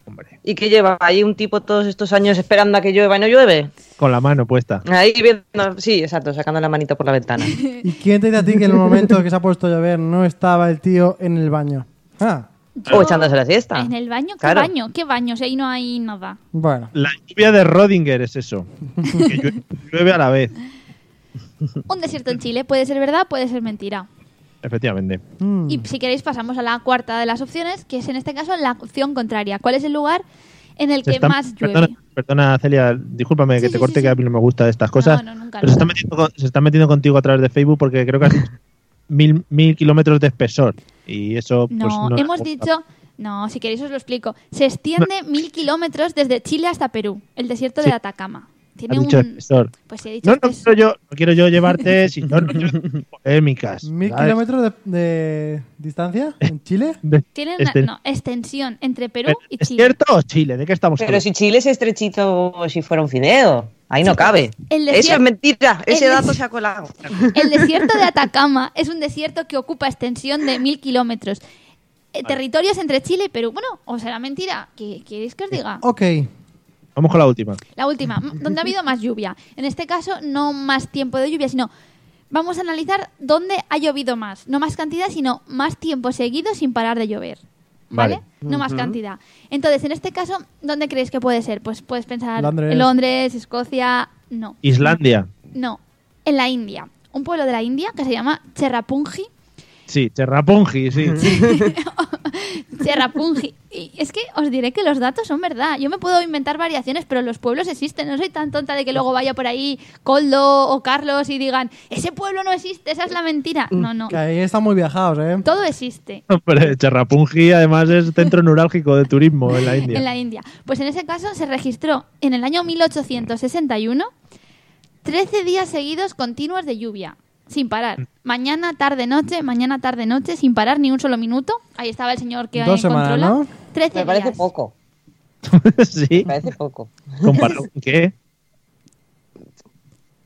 B: Hombre,
F: ¿Y qué lleva ahí un tipo todos estos años esperando a que llueva y no llueve?
B: con la mano puesta.
F: Ahí viendo, sí, exacto, sacando la manita por la ventana.
C: ¿Y quién te dice a ti que en el momento que se ha puesto a llover no estaba el tío en el baño? Ah,
B: Oh,
F: o echándose la siesta.
D: ¿En el baño? ¿Qué
F: Claro.
D: baño? ¿Qué baño? Si ahí no hay nada.
C: bueno.
B: La lluvia de Rodinger es eso. Que llue- llueve a la vez,
D: Un desierto en Chile puede ser verdad, puede ser mentira.
B: efectivamente.
C: Mm.
D: Y si queréis pasamos a la cuarta de las opciones, que es en este caso la opción contraria. ¿Cuál es el lugar en el
B: Se
D: que
B: están-
D: más llueve?
B: Perdona, perdona, Celia, discúlpame que
D: Sí,
B: te
D: sí,
B: corte,
D: sí,
B: que
D: sí.
B: a mí no me gusta estas cosas.
D: No, no, nunca
B: pero Pues se
D: nunca.
B: están, metiendo con- se están metiendo contigo a través de Facebook porque creo que has mil, mil kilómetros de espesor. Y eso,
D: No,
B: pues. No
D: hemos
B: me gusta.
D: dicho... No, si queréis os lo explico. Se extiende mil kilómetros desde Chile hasta Perú, el desierto
B: Sí.
D: de Atacama. Tiene
B: Has dicho
D: un...
B: espesor.
D: Pues sí, he dicho
B: No, no
D: que es-
B: quiero yo, no quiero yo llevarte si yo no quiero polémicas.
C: ¿Mil
B: ¿sabes?
C: kilómetros de, de distancia en Chile?
B: De-
D: Tiene
B: Este-
D: una no, extensión entre Perú
B: pero,
D: y
B: ¿Es
D: Chile.
B: cierto o Chile? ¿De qué estamos
F: Pero
B: hablando?
F: si Chile es estrechito como si fuera un fideo, ahí no cabe.
D: el
F: Eso
D: desierto-
F: es mentira, ese
D: el
F: dato
D: des-
F: se ha colado.
D: El desierto de Atacama es un desierto que ocupa extensión de mil kilómetros. Eh, Territorios entre Chile y Perú. Bueno, o será mentira. ¿Qué queréis que os diga?
C: Ok.
B: Vamos con la última.
D: La última, m- donde ha habido más lluvia. En este caso, no más tiempo de lluvia, sino vamos a analizar dónde ha llovido más. No más cantidad, sino más tiempo seguido sin parar de llover. ¿Vale?
B: Vale.
D: No más cantidad. Entonces, en este caso, ¿dónde creéis que puede ser? Pues puedes pensar
C: Londres.
D: en Londres, Escocia. No.
B: Islandia.
D: No, en la India. Un pueblo de la India que se llama Cherrapunji.
B: Sí, Cherrapunji, sí.
D: Cherrapunji. Y es que os diré que los datos son verdad. Yo me puedo inventar variaciones, pero los pueblos existen. No soy tan tonta de que luego vaya por ahí Coldo o Carlos y digan, ese pueblo no existe, esa es la mentira.
C: Mm,
D: No, no.
C: Que ahí están muy viajados, ¿eh?
D: Todo existe
B: Hombre, Cherrapunji además es centro neurálgico de turismo en la India.
D: en la India. Pues en ese caso se registró en el año 1861 13 días seguidos continuos de lluvia, sin
C: Mm.
D: parar. Mañana, tarde, noche, mañana, tarde, noche, sin parar ni un solo minuto. Ahí estaba el señor que
C: Dos semanas,
D: controla.
C: ¿no?
D: 13
F: Me parece
D: días.
F: poco,
B: sí,
F: me parece poco.
B: comparado con qué.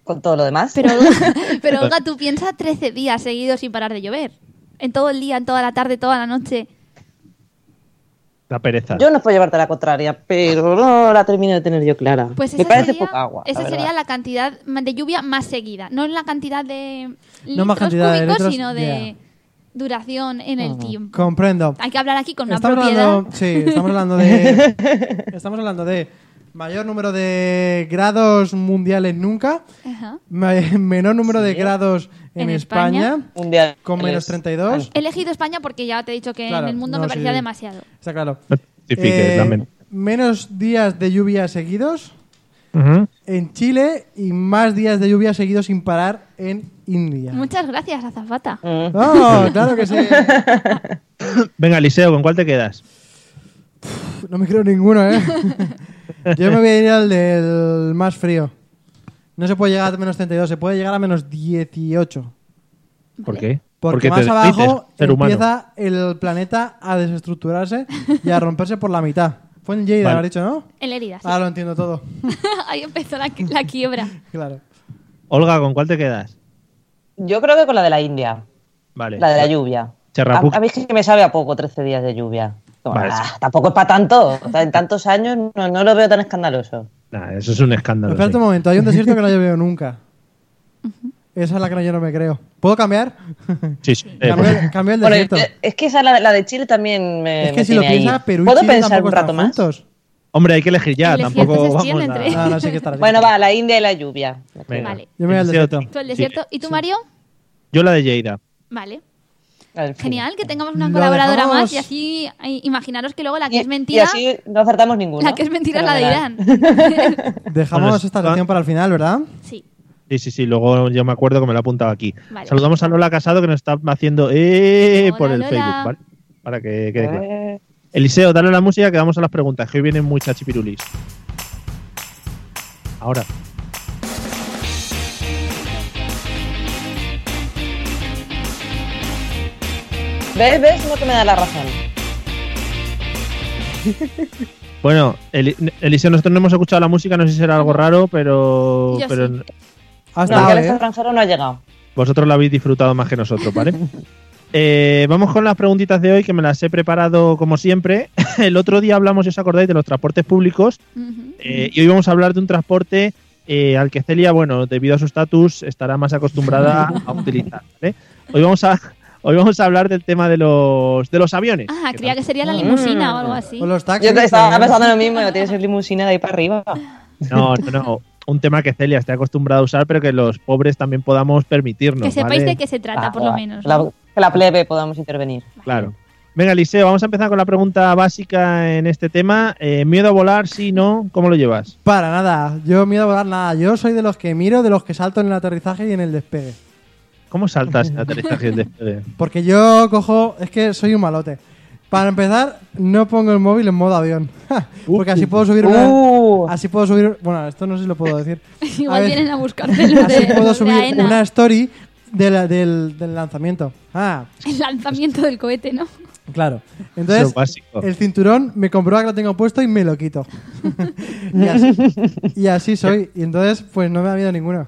F: Con todo lo demás.
D: Pero, pero Olga, tú piensas 13 días seguidos sin parar de llover. En todo el día, en toda la tarde, toda la noche.
B: La pereza.
F: Yo no puedo llevarte la contraria, pero no la termino de tener yo clara.
D: Pues
F: me
D: esa
F: parece
D: sería,
F: poca agua. la
D: esa
F: verdad.
D: sería la cantidad de lluvia más seguida. No en la cantidad de litros
C: No más cantidad de
D: cúbicos,
C: litros,
D: sino de duración en el tiempo.
C: Comprendo.
D: Hay que hablar aquí con una
C: estamos
D: propiedad.
C: hablando, sí, estamos hablando de estamos hablando de mayor número de grados mundiales nunca,
D: Ajá.
C: ma- menor número de grados en,
D: En
C: España,
D: España.
F: Un día
C: con menos
F: es-
C: 32.
D: He elegido España porque ya te he dicho que
C: Claro,
D: en el mundo
C: no,
D: me
C: sí,
D: parecía
C: sí.
D: demasiado.
C: Está claro.
B: No te justifiques,
C: Eh,
B: también.
C: menos días de lluvia seguidos
B: Ujú.
C: en Chile y más días de lluvia seguidos sin parar en India.
D: Muchas gracias, Azafata.
F: Mm.
C: Oh, claro que sí.
B: Venga, Liceo, ¿con cuál te quedas?
C: No me creo ninguno, ¿eh? Yo me voy a ir al del más frío. No se puede llegar a menos 32, se puede llegar a menos 18.
B: ¿Por qué? te
C: Porque, más
B: derrites,
C: abajo
B: ser humano.
C: empieza el planeta a desestructurarse y a romperse por la mitad. Fue en Lleida,
B: Vale.
C: lo has dicho, ¿no?
D: En Lerida, sí.
C: Ahora lo entiendo todo.
D: Ahí empezó la, la quiebra.
C: Claro.
B: Olga, ¿con cuál te quedas?
F: Yo creo que con la de la India,
B: Vale.
F: la de la lluvia.
B: Cherrapuc-
F: A, a mí es que me sabe a poco 13 días de lluvia. Como,
B: Vale,
F: ah,
B: sí.
F: tampoco es para tanto. O sea, en tantos años no, no lo veo tan escandaloso.
B: Nah, eso es un escándalo.
C: Espérate
B: sí.
C: un momento, hay un desierto que no llovió nunca. Esa es la que no, yo no me creo. ¿Puedo cambiar?
B: Sí, sí. Eh,
C: cambio, el- cambio el
F: Bueno,
C: desierto.
F: eh, es que esa, la, la de Chile también me.
C: es
F: me
C: que si lo
F: tiene ahí.
C: piensas, Perú y
F: ¿Puedo
C: Chile
F: pensar
C: tampoco
F: un rato
C: están
F: más?
C: juntos.
B: hombre, hay que elegir ya.
D: El
B: Tampoco
D: desierto se
B: vamos
D: extiende
B: a-
D: entre-
C: No, no sé qué estará.
F: Bueno, va, la India y la lluvia.
B: Venga.
D: Vale.
C: Yo me voy al
B: Liceo,
C: desierto.
B: tú.
D: Tú el
B: Sí.
D: desierto. ¿Y tú, Mario?
B: Yo la de Lleida.
D: Vale.
F: Al fin.
D: Genial, que tengamos una
C: Lo
D: colaboradora
C: dejamos.
D: más y así ay, imaginaros que luego la que es
F: Y
D: mentira,
F: así no acertamos ninguno.
D: la que es mentira es la de Irán.
C: Dejamos
B: Bueno,
C: esta
B: esto-
C: sección para el final, ¿verdad?
D: sí.
B: Sí, sí, sí. Luego yo me acuerdo que me lo he apuntado aquí.
D: Vale.
B: Saludamos a Lola Casado que nos está haciendo eh,
D: Hola,
B: por el
D: Lola.
B: Facebook, ¿vale? Para que quede claro.
F: Eh,
B: Eliseo, dale la música que vamos a las preguntas, que hoy vienen muchas chipirulis. Ahora.
F: ¿Ves? ¿Ves? No que me da la razón.
C: Ah,
B: Bueno, Eli- Eliseo, nosotros no hemos escuchado la música, no sé si será algo raro, pero,
D: Yo
B: pero
D: sí.
C: Hasta
F: no, que el
C: ahora, ¿eh?
F: extranjero no ha llegado.
B: vosotros la habéis disfrutado más que nosotros, ¿vale? Eh, vamos con las preguntitas de hoy que me las he preparado como siempre. El otro día hablamos, si os acordáis, de los transportes públicos
D: Ujú.
B: eh, y hoy vamos a hablar de un transporte eh, al que Celia, bueno, debido a su estatus, estará más acostumbrada a utilizar. ¿vale? Hoy vamos a hoy vamos a hablar del tema de los de los aviones.
D: Ah,
B: Que
D: creía que sería la limusina o algo así.
C: O los taxis.
F: Yo te- estaba
C: también.
F: pensando lo mismo, no tienes limusina de ahí para arriba.
B: No, no, no. Un tema que Celia esté acostumbrada a usar, pero que los pobres también podamos permitirnos.
D: que sepáis
B: ¿vale?
D: de qué se trata, por lo
F: Ah,
D: menos.
F: la-
D: ¿no?
F: que la plebe podamos intervenir.
B: Claro. Venga, Eliseo, vamos a empezar con la pregunta básica en este tema. Eh, ¿Miedo a volar? Sí, no. ¿Cómo lo llevas?
C: Para nada. Yo miedo a volar nada. Yo soy de los que miro, de los que salto en el aterrizaje y en el despegue.
B: ¿Cómo saltas en aterrizaje de de-
C: Porque yo cojo. Es que soy un malote. Para empezar, no pongo el móvil en modo avión. Porque así puedo subir una.
F: Uh.
C: Así puedo subir. Bueno, esto no sé si lo puedo decir.
D: Igual
C: A ver,
D: vienen a buscarte los de,
C: Así puedo
D: los de
C: subir
D: AENA.
C: una story de la- del, del lanzamiento. Ah,
D: El lanzamiento del cohete, ¿no?
C: claro.
B: Eso
C: Entonces,
B: es básico.
C: el cinturón me comprueba que lo tengo puesto y me lo quito. y, así, y así soy. Y entonces, pues no me da miedo ninguno.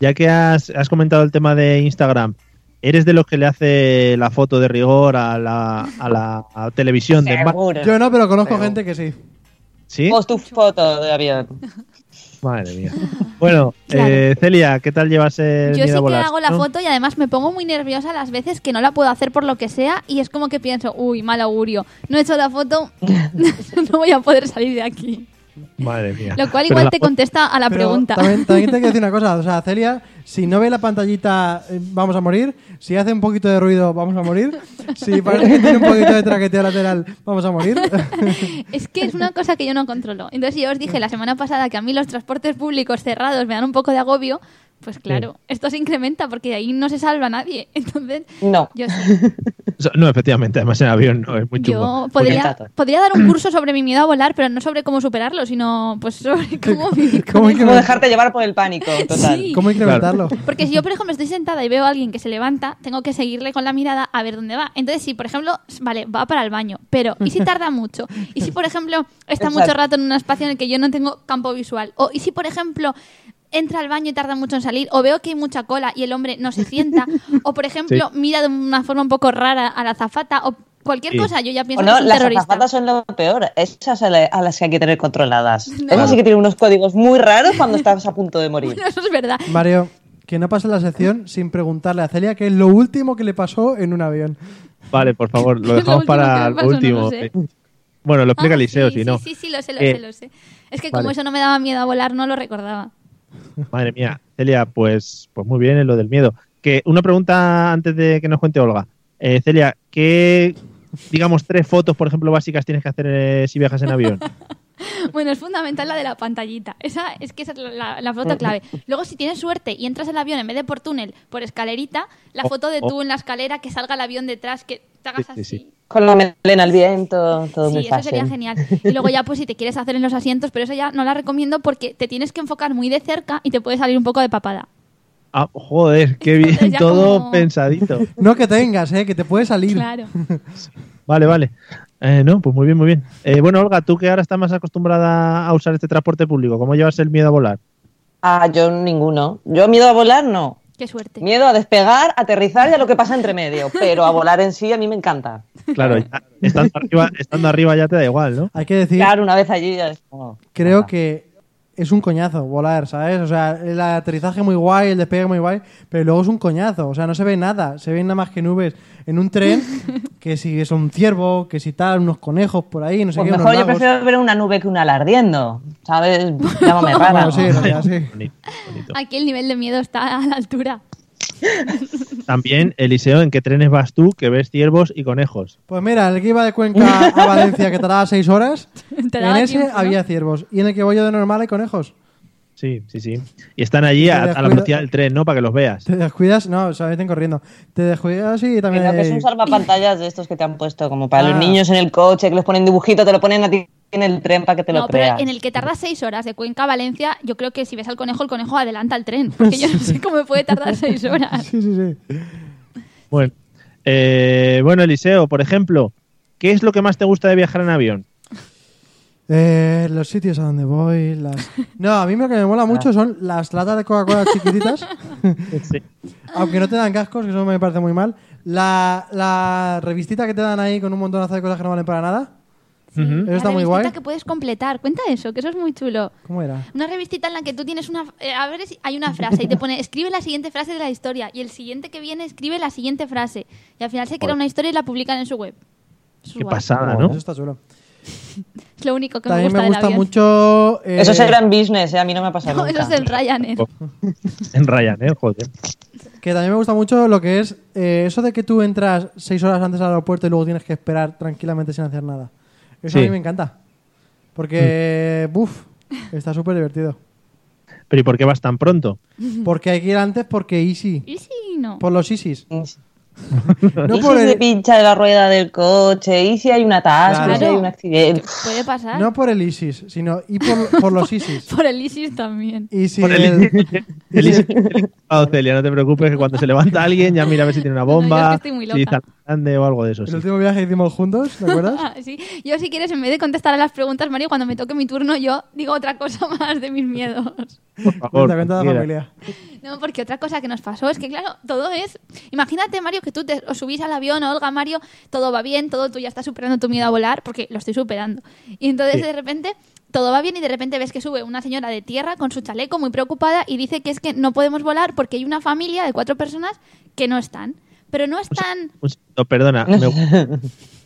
B: Ya que has, has comentado el tema de Instagram, ¿eres de los que le hace la foto de rigor a la, a la a televisión? de ma-
F: Seguro.
C: Yo no, pero conozco
F: Pero-
C: gente que sí.
B: ¿Sí?
F: Pos tu foto de avión.
B: Madre mía. Bueno,
D: Claro.
B: eh, Celia, ¿qué tal llevas el
D: Yo
B: miedo
D: sí
B: a
D: que
B: volar?
D: hago la
B: Eh, ¿No?
D: foto y además me pongo muy nerviosa las veces que no la puedo hacer por lo que sea y es como que pienso, uy, mal augurio, no he hecho la foto, no voy a poder salir de aquí.
B: Madre mía.
D: Lo cual
B: Pero
D: igual
B: la
D: te
B: foto-
D: contesta a la
C: Pero
D: pregunta.
C: También, también te quiero decir una cosa. O sea, Celia, si no ve la pantallita, eh, vamos a morir. Si hace un poquito de ruido, vamos a morir. Si parece que tiene un poquito de traqueteo lateral, vamos a morir.
D: Es que es una cosa que yo no controlo. Entonces, si yo os dije la semana pasada que a mí los transportes públicos cerrados me dan un poco de agobio, pues claro, esto se incrementa porque de ahí no se salva nadie. Entonces,
F: No.
D: yo sí.
B: No, efectivamente, además en avión no, es muy
D: Yo pues,
B: chungo.
D: podría,
F: Porque-
D: podría dar un curso sobre mi miedo a volar, pero no sobre cómo superarlo, sino pues sobre cómo vivir con
C: ¿Cómo
D: él.
F: Como dejarte llevar por el pánico, total.
D: Sí.
C: ¿Cómo incrementarlo?
D: Porque si yo, por ejemplo, estoy sentada y veo a alguien que se levanta, tengo que seguirle con la mirada a ver dónde va. Entonces, si, por ejemplo, vale, va para el baño, pero ¿y si tarda mucho? ¿Y si, por ejemplo, está
F: Exacto.
D: mucho rato en un espacio en el que yo no tengo campo visual? ¿O y si, por ejemplo, entra al baño y tarda mucho en salir? ¿O veo que hay mucha cola y el hombre no se sienta? ¿O, por ejemplo, mira de una forma un poco rara a la zafata? ¿O cualquier
B: Sí.
D: cosa? Yo ya
F: O
D: pienso que
F: no,
D: es un
F: las
D: terrorista.
F: azafatas son lo peor. Esas a, la- a las que hay que tener controladas. Esas sí que tienen unos códigos muy raros cuando estás a punto de morir.
D: Bueno, eso es verdad.
C: Mario, que no pase la sección sin preguntarle a Celia qué es lo último que le pasó en un avión.
B: Vale, por favor, lo
D: Lo
B: dejamos
D: último que
B: para
D: me
B: lo
D: pasó, no
B: último.
D: lo sé.
B: Bueno, lo explica
D: Ah,
B: Eliseo,
D: sí,
B: si
D: sí,
B: no.
D: Sí, sí, lo sé, lo
B: Eh,
D: sé, lo sé. Es que
B: vale.
D: como eso no me daba miedo a volar, no lo recordaba.
B: Madre mía, Celia, pues, pues muy bien en lo del miedo. Que una pregunta antes de que nos cuente Olga. Eh, Celia, ¿qué, digamos, tres fotos, por ejemplo, básicas tienes que hacer eh, si viajas en avión?
D: Bueno, es fundamental la de la pantallita. Esa es que esa es la- la, la foto clave. Luego, si tienes suerte y entras al avión en vez de por túnel, por escalerita, la
B: Oh,
D: foto de
B: oh.
D: tú en la escalera, que salga el avión detrás, que te
B: Sí,
D: hagas
B: sí,
D: así.
B: sí.
F: Con la melena al viento, todo
D: Sí,
F: muy
D: eso
F: fácil.
D: sería genial. Y luego ya, pues si te quieres hacer en los asientos, pero eso ya no la recomiendo porque te tienes que enfocar muy de cerca y te puede salir un poco de papada.
B: Ah, joder, qué bien,
D: Entonces ya
B: todo
D: como-
B: pensadito.
C: No que tengas, ¿eh? que te puede salir.
D: Claro.
B: Vale, vale. Eh, no, pues muy bien, muy bien. Eh, bueno, Olga, tú que ahora estás más acostumbrada a usar este transporte público, ¿cómo llevas el miedo a volar?
F: Ah, yo ninguno. Yo miedo a volar, no.
D: Qué suerte.
F: Miedo a despegar, aterrizar y a lo que pasa entre medio. Pero a volar en sí a mí me encanta.
B: Claro, ya, estando, arriba, estando arriba ya te da igual, ¿no?
C: Hay que decir,
F: Claro, una vez allí ya es como-
C: creo que es un coñazo volar, ¿sabes? O sea, el aterrizaje muy guay, el despegue muy guay, pero luego es un coñazo. O sea, no se ve nada, se ven nada más que nubes en un tren, que si es un ciervo, que si tal, unos conejos por ahí, no sé
F: Pues
C: qué, unos
F: mejor yo
C: lagos.
F: prefiero ver una nube que un ala ardiendo. ¿Sabes? Llámame rara.
C: Ah, Bueno, sí, en realidad sí.
B: Bonito, bonito.
D: Aquí el nivel de miedo está a la altura.
B: También, Eliseo, ¿en qué trenes vas tú que ves ciervos y conejos?
C: Pues mira, el que iba de Cuenca a Valencia, que tardaba seis horas,
D: Te
C: en
D: daba
C: ese
D: tiempo, ¿no?
C: había ciervos. Y en el que voy yo de normal hay conejos.
B: Sí, sí, sí. Y están allí
C: Te
B: a, a la
C: descuida-
B: velocidad del tren, ¿no? Para que los veas.
C: Te descuidas, no, o sea, meten corriendo. Te descuidas y también.
F: Creo que es un salvapantallas de estos que te han puesto, como para
C: Ah.
F: los niños en el coche, que les ponen dibujito, te lo ponen a ti en el tren para que te lo
D: No, pero
F: creas.
D: en el que tardas seis horas de Cuenca a Valencia, yo creo que si ves al conejo, el conejo adelanta el tren. Porque yo no sé cómo puede tardar seis horas.
C: Sí, sí, sí.
B: Bueno, Eh, bueno, Eliseo, por ejemplo, ¿qué es lo que más te gusta de viajar en avión?
C: Eh, los sitios a donde voy, las. No, a mí lo que me mola mucho son las latas de Coca-Cola chiquititas,
B: Sí.
C: aunque no te dan cascos, que eso me parece muy mal. La, la revistita que te dan ahí con un montonazo de cosas que no valen para nada.
B: Ujú.
C: Eso está
D: la
C: muy
D: revistita
C: guay.
D: que puedes completar. Cuenta eso, que eso es muy chulo.
C: ¿Cómo era?
D: Una revistita en la que tú tienes una... eh, abres, hay una frase y te pone, escribe la siguiente frase de la historia. Y el siguiente que viene, escribe la siguiente frase. Y al final se crea una historia y la publican en su web. Eso es
B: Qué
D: guay.
B: pasada,
C: Eso
B: ¿no?
C: está chulo.
D: Es lo único que me
C: También
D: gusta,
C: me gusta
D: del avión.
C: mucho. eh,
F: Eso es el gran business, ¿eh? a mí no me ha pasado
D: No,
F: nunca.
D: eso es el Ryanair.
B: En Ryanair, joder.
C: Que también me gusta mucho lo que es eh, eso de que tú entras seis horas antes al aeropuerto y luego tienes que esperar tranquilamente sin hacer nada. Eso a
B: Sí.
C: mí me encanta. Porque,
F: Mm.
C: buf, está súper divertido.
B: Pero ¿y por qué vas tan pronto?
C: Porque hay que ir antes porque easy.
D: Y sí, no.
C: Por los ISIS.
F: ¿Y
C: No
F: si
C: por
F: se
C: el,
F: pincha de la rueda del coche? ¿Y si hay un atasco?
C: Claro.
F: ¿Y si hay un accidente?
D: Puede pasar.
C: no por el ISIS, sino y por, por los ISIS.
D: Por el ISIS también.
C: Y si
B: Por
C: el-
B: el el ISIS que tiene equipado, Celia, no te preocupes que cuando se levanta alguien ya mira a ver si tiene una
D: No, yo es que
B: bomba,
D: estoy muy
B: si
D: loca.
B: está grande o algo de eso.
C: el
B: sí.
C: último viaje que hicimos juntos, ¿te acuerdas?
D: Ah, sí. Yo, si quieres, en vez de contestar a las preguntas, Mario, cuando me toque mi turno, yo digo otra cosa más de mis miedos.
B: Por favor,
C: Cuenta, cuenta a la
B: cualquiera.
C: familia.
D: No, porque otra cosa que nos pasó es que, claro, todo es. Imagínate, Mario, que tú te os subís al avión, Olga, Mario, todo va bien, todo tú ya estás superando tu miedo a volar, porque lo estoy superando. Y entonces,
B: Sí.
D: de repente, todo va bien y de repente ves que sube una señora de tierra con su chaleco muy preocupada y dice que es que no podemos volar porque hay una familia de cuatro personas que no están. Pero no están.
B: Un segundo, perdona. Me, gu- me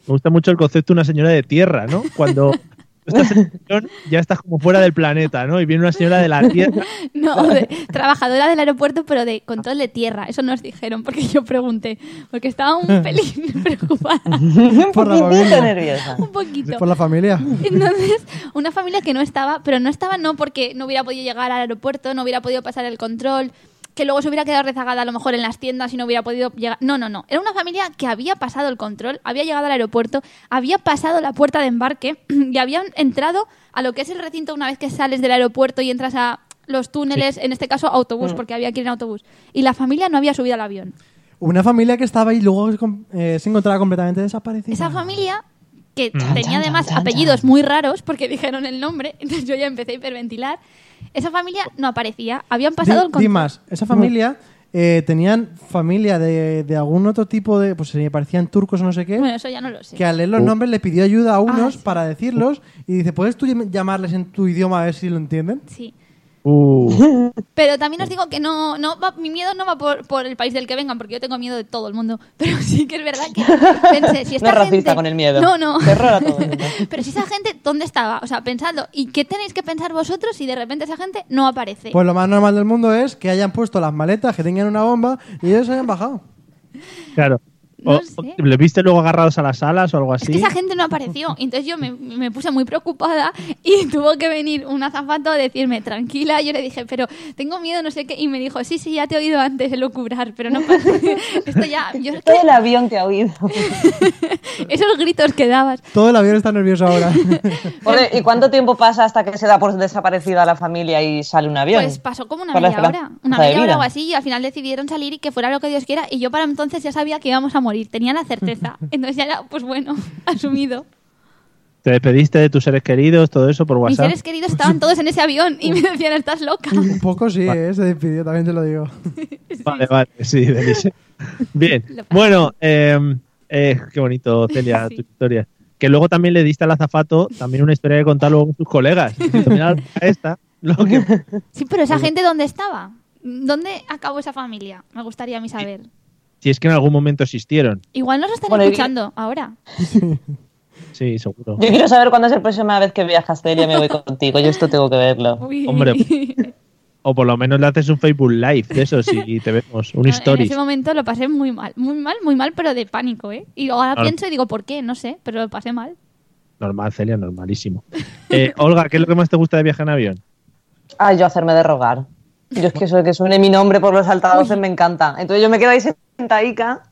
B: gusta mucho el concepto de una señora de tierra, ¿no? Cuando tú estás en el avión, ya estás como fuera del planeta, ¿no? Y viene una señora de la tierra.
D: No, de trabajadora del aeropuerto, pero de control de tierra. Eso nos dijeron, porque yo pregunté. Porque estaba un pelín preocupada.
F: Un
C: Por la
F: poquitito
C: familia.
F: nerviosa.
D: Un poquito.
C: Por la familia.
D: Entonces, una familia que no estaba, pero no estaba no porque no hubiera podido llegar al aeropuerto, no hubiera podido pasar el control, que luego se hubiera quedado rezagada a lo mejor en las tiendas y no hubiera podido llegar. No, no, no. Era una familia que había pasado el control, había llegado al aeropuerto, había pasado la puerta de embarque y habían entrado a lo que es el recinto una vez que sales del aeropuerto y entras a los túneles, en este caso autobús, porque había que ir en autobús. Y la familia no había subido al avión.
C: Una familia que estaba ahí y luego eh, se encontraba completamente desaparecida.
D: Esa familia que
F: Mm. chan,
D: tenía además
F: chan, chan,
D: apellidos muy raros porque dijeron el nombre, entonces yo ya empecé a hiperventilar. Esa familia no aparecía, habían pasado
C: Di-
D: el
C: di
D: control.
C: más, esa familia eh, tenían familia de, de algún otro tipo de. Pues se parecían turcos o no
F: ¿eh?
C: sé qué.
D: Bueno, eso ya no lo sé.
C: que al leer los nombres le pidió ayuda a unos
D: Ah, sí.
C: para decirlos y dice, ¿puedes tú llam- llamarles en tu idioma a ver si lo entienden?
D: Sí.
B: Uh,
D: Pero también os digo que no, no va- mi miedo no va por, por el país del que vengan, porque yo tengo miedo de todo el mundo. Pero sí que es verdad que pensé, si esta
F: No es racista
D: gente-
F: con el miedo.
D: No, no.
F: Terror a todo el mundo.
D: Pero si esa gente, ¿dónde estaba? O sea, pensadlo. ¿Y qué tenéis que pensar vosotros si de repente esa gente no aparece?
C: Pues lo más normal del mundo es que hayan puesto las maletas, que tengan una bomba y ellos hayan bajado.
B: claro.
D: No
B: O-
D: sé.
B: o- ¿Le viste luego agarrados a las alas o algo
D: Es
F: ¿Ah,
B: así?
D: que esa gente no apareció. Entonces yo me, me puse muy preocupada y tuvo que venir un azafato a decirme, tranquila. Yo le dije, pero tengo miedo, no sé qué. Y me dijo, sí, sí, ya te he oído antes de lucubrar, pero no pasa. Esto ya, yo es
F: Todo el avión te ha oído.
D: que- esos gritos que dabas.
C: Todo el avión está nervioso ahora.
F: Oye, ¿Y cuánto tiempo pasa hasta que se da por desaparecida la familia y sale un avión?
D: Pues pasó como una
F: Por la
D: media hora, una
F: esperanza de
D: media hora
F: vida.
D: o así, y al final decidieron salir y que fuera lo que Dios quiera. Y yo para entonces ya sabía que íbamos a morir, tenía la certeza. Entonces ya era, pues bueno, asumido.
B: ¿Te despediste de tus seres queridos, todo eso
F: Pues
B: por
D: Mis
B: WhatsApp?
D: seres queridos estaban todos en ese avión y me decían, estás loca.
C: Un poco sí, eh, se despidió, también te lo digo.
B: Vale, vale, sí, Denise. Bien.
D: Lo pasé.
B: Bueno, eh, eh, qué bonito, Celia,
D: Sí.
B: tu historia. Que luego también le diste al azafato también una historia que contar luego con tus colegas. Dices, "Mira, esta, lo que
D: Sí, pero esa gente, ¿dónde estaba? ¿Dónde acabó esa familia? Me gustaría a mí saber.
B: Si es que en algún momento existieron.
D: Igual nos están
F: Bueno, y-
D: escuchando ahora.
B: Sí, seguro.
F: Yo quiero saber cuándo es la próxima vez que viajas, Celia, me voy contigo. Yo esto tengo que verlo.
D: Uy.
B: Hombre,
D: En-
B: O por lo menos le haces un Facebook Live de eso, sí, y te vemos. Un
D: en
B: story.
D: ese momento lo pasé muy mal, muy mal, muy mal, pero de pánico, ¿eh? Y ahora
B: Claro.
D: pienso y digo, ¿por qué? No sé, pero lo pasé mal.
B: Normal, Celia, normalísimo. Eh, Olga, ¿qué es lo que más te gusta de viajar en avión?
F: Ah, yo hacerme de rogar. Yo es que eso de que suene mi nombre por los altavoces me encanta. Entonces yo me quedo ahí sentadica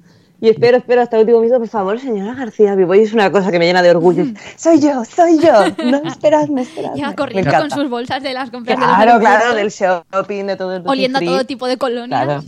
F: y espero, espero hasta el último minuto, por favor, señora García Vivo. Y es una cosa que me llena de orgullo.
D: Mm.
F: Soy yo, soy yo. No, esperadme, esperadme.
D: Llega
F: Me
D: corriendo
F: encanta.
D: con sus bolsas de las compras de los
F: Claro, claro,
D: aeropuertos,
F: del shopping, de todo el duty
D: oliendo a
F: free.
D: todo tipo de colonias.
F: Claro.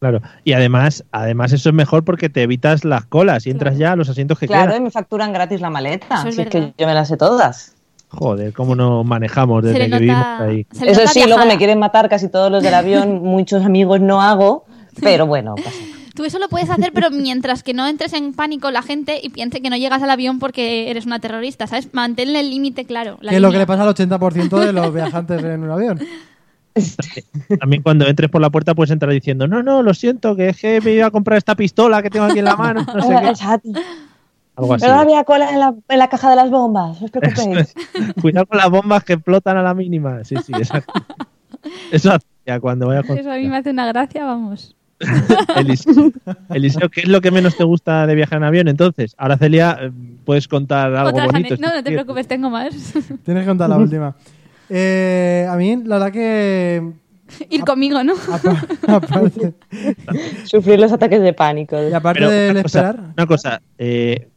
B: Claro. Y además, además eso es mejor porque te evitas las colas y entras ya a los asientos que
F: Claro, y
B: quedan.
F: me facturan gratis la maleta.
D: Eso es
F: si es
D: verdad.
F: que yo me las sé todas.
B: Joder, cómo nos manejamos
D: Se
B: desde
D: le
B: que vivimos
D: nota.
B: ahí.
D: se le
F: Eso
D: nota
F: sí, luego
D: viajada.
F: me quieren matar casi todos los del avión, muchos amigos no hago, pero bueno, pues, pasa nada.
D: Tú eso lo puedes hacer, pero mientras que no entres en pánico la gente y piense que no llegas al avión porque eres una terrorista, ¿sabes? Manténle el límite claro. la
C: Que es lo que
D: línea.
C: le pasa al 80% de los viajantes en un avión.
B: También cuando entres por la puerta puedes entrar diciendo, no, no, lo siento, que es que me iba a comprar esta pistola que tengo aquí en la mano. No sé qué.
F: Exacto.
B: Algo así.
F: Pero no había cola en la, en la caja de las bombas, no os preocupéis.
B: Cuidado con las bombas que explotan a la mínima. Sí, sí, exacto. Eso hacía cuando vaya con...
D: Eso a mí me hace una gracia, vamos.
B: Eliseo, Eliseo, ¿qué es lo que menos te gusta de viajar en avión? Entonces, ahora Celia, eh, puedes contar algo
D: Otras
B: bonito.
D: ane- no, no te
B: Sí.
D: preocupes, tengo más.
C: Tienes que contar la última. Eh, a mí, la verdad que.
D: Ir conmigo, ¿no?
C: apa- Aparte,
F: Sufrir los ataques de pánico.
C: y aparte
B: Pero
C: del
B: una cosa,
C: esperar.
B: Una cosa, eh,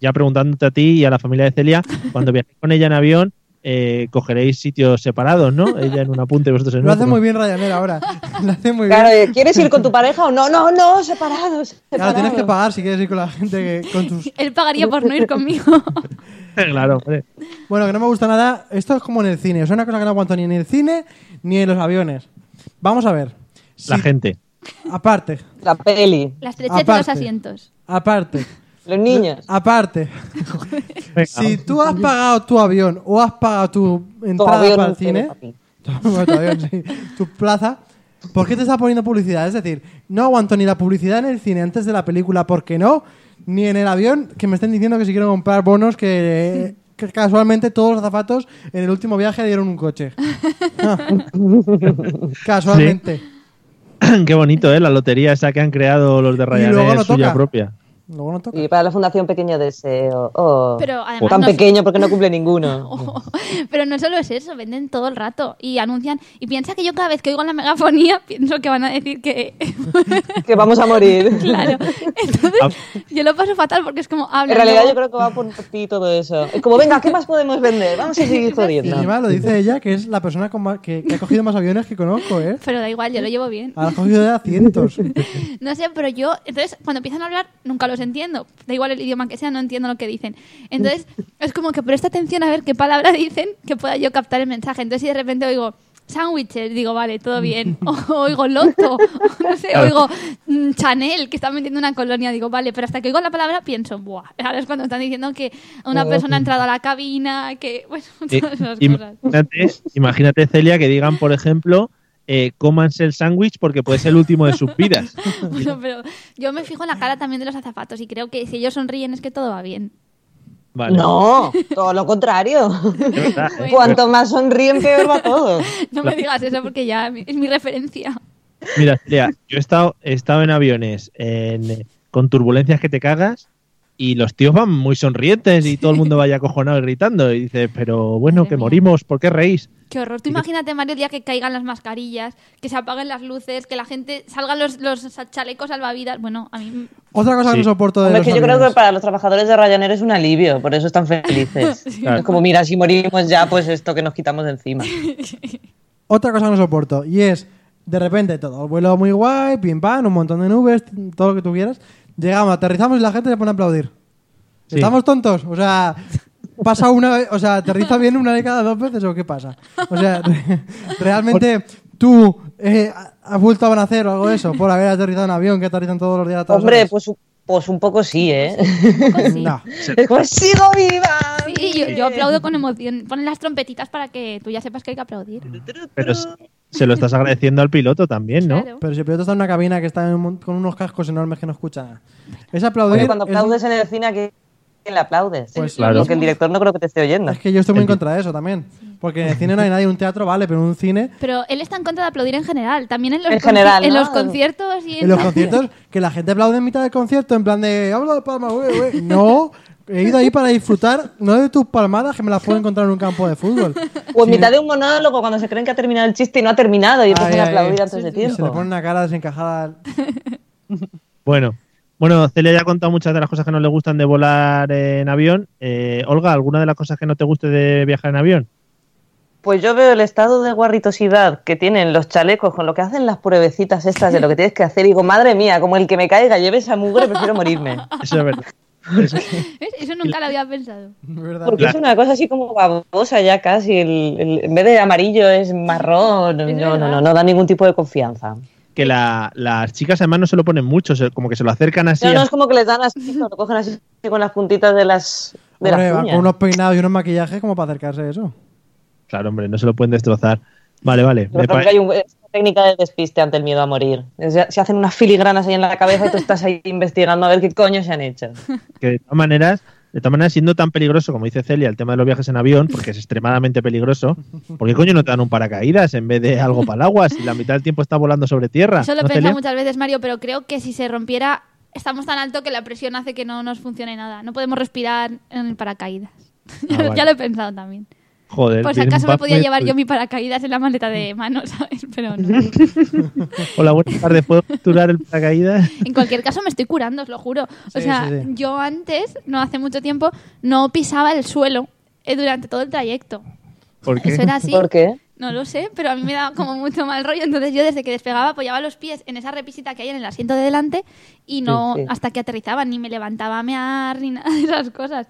B: ya preguntándote a ti y a la familia de Celia, cuando viajéis con ella en avión, eh, cogeréis sitios separados, ¿no? Ella en una punta y vosotros en
C: Lo
B: otra.
C: hace muy bien Ryanair ahora. Lo hace muy bien.
F: Claro, eh, ¿quieres ir con tu pareja o no? No, no, separados.
C: Claro,
F: separados.
C: tienes que pagar si quieres ir con la gente que, con tus...
D: Él pagaría por no ir conmigo.
B: claro, hombre.
C: Bueno, que no me gusta nada. Esto es como en el cine. Es una cosa que no aguanto ni en el cine ni en los aviones. Vamos a ver. Si-
B: La gente.
C: Aparte,
F: La peli,
D: La estrechez de los
C: Aparte.
D: asientos.
C: aparte,
F: los niños.
C: aparte.
B: Venga,
C: Si tú has pagado tu avión o has pagado tu entrada
F: Todavía
C: para
F: no
C: el cine,
F: sé, papi.
C: tu avión, sí, tu plaza, ¿por qué te está poniendo publicidad? Es decir, no aguanto ni la publicidad en el cine antes de la película, porque no, ni en el avión que me estén diciendo que si quiero comprar bonos que, que casualmente todos los zapatos en el último viaje dieron un coche. Ah, casualmente.
B: Qué bonito, ¿eh? La lotería esa que han creado los de
C: luego
B: Ryanair,
C: no
B: suya
C: toca.
B: propia.
C: Luego no toca.
F: Y para la Fundación Pequeño Deseo. Oh,
D: Pero además
F: tan
D: no- Oh.
F: pequeño porque no cumple ninguno.
D: Pero no solo es eso, venden todo el rato y anuncian. Y piensa que yo cada vez que oigo la megafonía pienso que van a decir que.
F: que vamos a morir.
D: claro. Entonces, yo lo paso fatal porque es como hablo.
F: Ah. En realidad yo creo que va por ti todo eso. Es como, venga, ¿qué más podemos vender? Vamos a seguir
C: Y
F: jodiendo.
C: encima lo dice ella, que es la persona con más- que, que ha cogido más aviones que conozco, ¿eh?
D: Pero da igual, yo lo llevo bien.
C: Ha cogido de a cientos.
D: No sé, pero yo, entonces, cuando empiezan a hablar, nunca los entiendo. Da igual el idioma que sea, no entiendo lo que dicen. Entonces, es como que presta atención a ver qué palabra dicen que pueda yo captar el mensaje. Entonces, si de repente oigo sándwiches, digo, vale, todo bien. O oigo loto, o no sé,
B: Claro.
D: oigo mm, Chanel, que están vendiendo una colonia, digo, vale, pero hasta que oigo la palabra pienso, buah. Ahora es cuando están diciendo que una persona ha entrado a la cabina, que, bueno,
B: Oh, Eh,
D: todas esas cosas.
B: imagínate, imagínate, Celia, que digan, por ejemplo, eh, cómanse el sándwich porque puede ser el último de sus vidas.
D: Bueno, pero yo me fijo en la cara también de los azafatos y creo que si ellos sonríen es que todo va bien.
B: Vale.
F: No, todo lo contrario.
B: Es verdad, ¿eh?
F: Cuanto más sonríen, peor va todo.
D: No me digas eso porque ya mi- es mi referencia.
B: Mira, Celia, yo he estado, he estado en aviones en- con turbulencias que te cagas y los tíos van muy sonrientes y todo el mundo vaya acojonado y gritando. Y dices, pero bueno,
D: Madre
B: que
D: mía.
B: morimos, ¿por qué reís?
D: Qué horror. Tú imagínate, Mario, el día que caigan las mascarillas, que se apaguen las luces, que la gente salgan los, los chalecos salvavidas. Bueno, a mí.
C: Otra cosa
B: Sí.
C: que no soporto de
F: Hombre,
C: los
F: es que yo creo
C: aviones.
F: que para los trabajadores de Ryanair es un alivio, por eso están felices.
B: Claro.
F: Es como, mira, si morimos ya, pues esto que nos quitamos de encima.
C: Otra cosa que no soporto y es, de repente, todo el vuelo muy guay, pim pam, un montón de nubes, todo lo que tú quieras. Llegamos, aterrizamos y la gente se pone a aplaudir.
B: Sí.
C: ¿Estamos tontos? O sea, pasa una vez, o sea, aterriza bien una vez cada dos veces o qué pasa? O sea, re- realmente tú eh, has vuelto a nacer o algo de eso por haber aterrizado en avión que aterrizan todos los días a todas
F: Hombre,
C: horas. Pues
F: pues, un- pues un poco sí, ¿eh?
C: No.
F: Es como, sigo viva.
D: pues Sí, yo, yo aplaudo con emoción. Ponen las trompetitas para que tú ya sepas que hay que aplaudir.
B: Pero s- se lo estás agradeciendo al piloto también, ¿no?
D: Claro.
C: Pero si el piloto está en una cabina que está en un mon- con unos cascos enormes que no escucha nada. Es aplaudir.
F: Oye, cuando
C: es-
F: aplaudes en el cine, ¿a quién le aplaudes?
C: Pues
B: claro.
F: Porque el director no creo que te esté oyendo.
C: Es que yo estoy muy en contra de eso también. Porque en el cine no hay nadie, en un teatro vale, pero en un cine,
D: Pero él está en contra de aplaudir en general. También en los,
F: En
D: conci-
F: general,
D: en
F: ¿no?
D: los conciertos y en,
C: en los conciertos, que la gente aplaude en mitad del concierto, en plan de, habla de palmas, güey, güey". No, he ido ahí para disfrutar, no de tus palmadas que me las puedo encontrar en un campo de fútbol.
F: O en mitad de un monólogo, cuando se creen que ha terminado el chiste y no ha terminado y empiezan
C: Ay,
F: a
C: ay,
F: aplaudir
C: ay.
F: antes de
C: Y se le
F: tiempo.
C: pone una cara desencajada.
B: Bueno. Bueno, Celia ya ha contado muchas de las cosas que no le gustan de volar en avión. Eh, Olga, ¿alguna de las cosas que no te guste de viajar en avión?
F: Pues yo veo el estado de guarritosidad que tienen los chalecos con lo que hacen las pruebecitas estas de lo que tienes que hacer. Y digo, madre mía, como el que me caiga lleve esa mugre, prefiero morirme.
B: Eso es verdad.
D: ¿Ves? Eso nunca lo había pensado.
C: ¿verdad?
F: Porque es una cosa así como babosa ya casi. El, el- en vez de amarillo es marrón.
D: Es
F: no, no,
D: verdad.
F: no, no da ningún tipo de confianza.
B: que la- las chicas además no se lo ponen mucho, se- como que se lo acercan así.
F: No, no,
B: a-
F: es como que les dan así, lo cogen así con las puntitas de las,
C: Hombre,
F: de las
C: va
F: uñas.
C: con unos peinados y unos maquillajes como para acercarse a eso.
B: Claro, hombre, no se lo pueden destrozar. Vale, vale.
F: Yo
B: me
F: creo
B: pare-
F: que hay un- es una técnica de despiste ante el miedo a morir. Es- Se hacen unas filigranas ahí en la cabeza y tú estás ahí investigando a ver qué coño se han hecho.
B: que de todas maneras, de todas maneras, siendo tan peligroso como dice Celia, el tema de los viajes en avión, porque es extremadamente peligroso, ¿por qué coño no te dan un paracaídas en vez de algo para el agua si la mitad del tiempo está volando sobre tierra?
D: Eso lo he
B: ¿No,
D: pensado
B: Celia?
D: muchas veces, Mario, pero creo que si se rompiera, estamos tan alto que la presión hace que no nos funcione nada. No podemos respirar en el paracaídas. ya, lo-
B: vale. Eh,
D: ya lo he pensado también.
B: Joder,
D: Por si
B: bien,
D: acaso me
B: vas
D: podía
B: muy
D: llevar yo
B: estudiado.
D: mi paracaídas en la maleta de mano, ¿sabes? Pero no.
B: Hola, buenas tardes, ¿puedo capturar el paracaídas?
D: En cualquier caso, me estoy curando, os lo juro. O
C: Sí,
D: sea,
C: sí, sí.
D: yo antes, no hace mucho tiempo, no pisaba el suelo eh, durante todo el trayecto.
B: ¿Por qué?
D: Eso era así.
F: ¿Por qué?
D: No lo sé, pero a mí me daba como mucho mal rollo. Entonces yo desde que despegaba apoyaba los pies en esa repisita que hay en el asiento de delante y no
F: Sí, sí.
D: hasta que aterrizaba ni me levantaba a mear ni nada de esas cosas.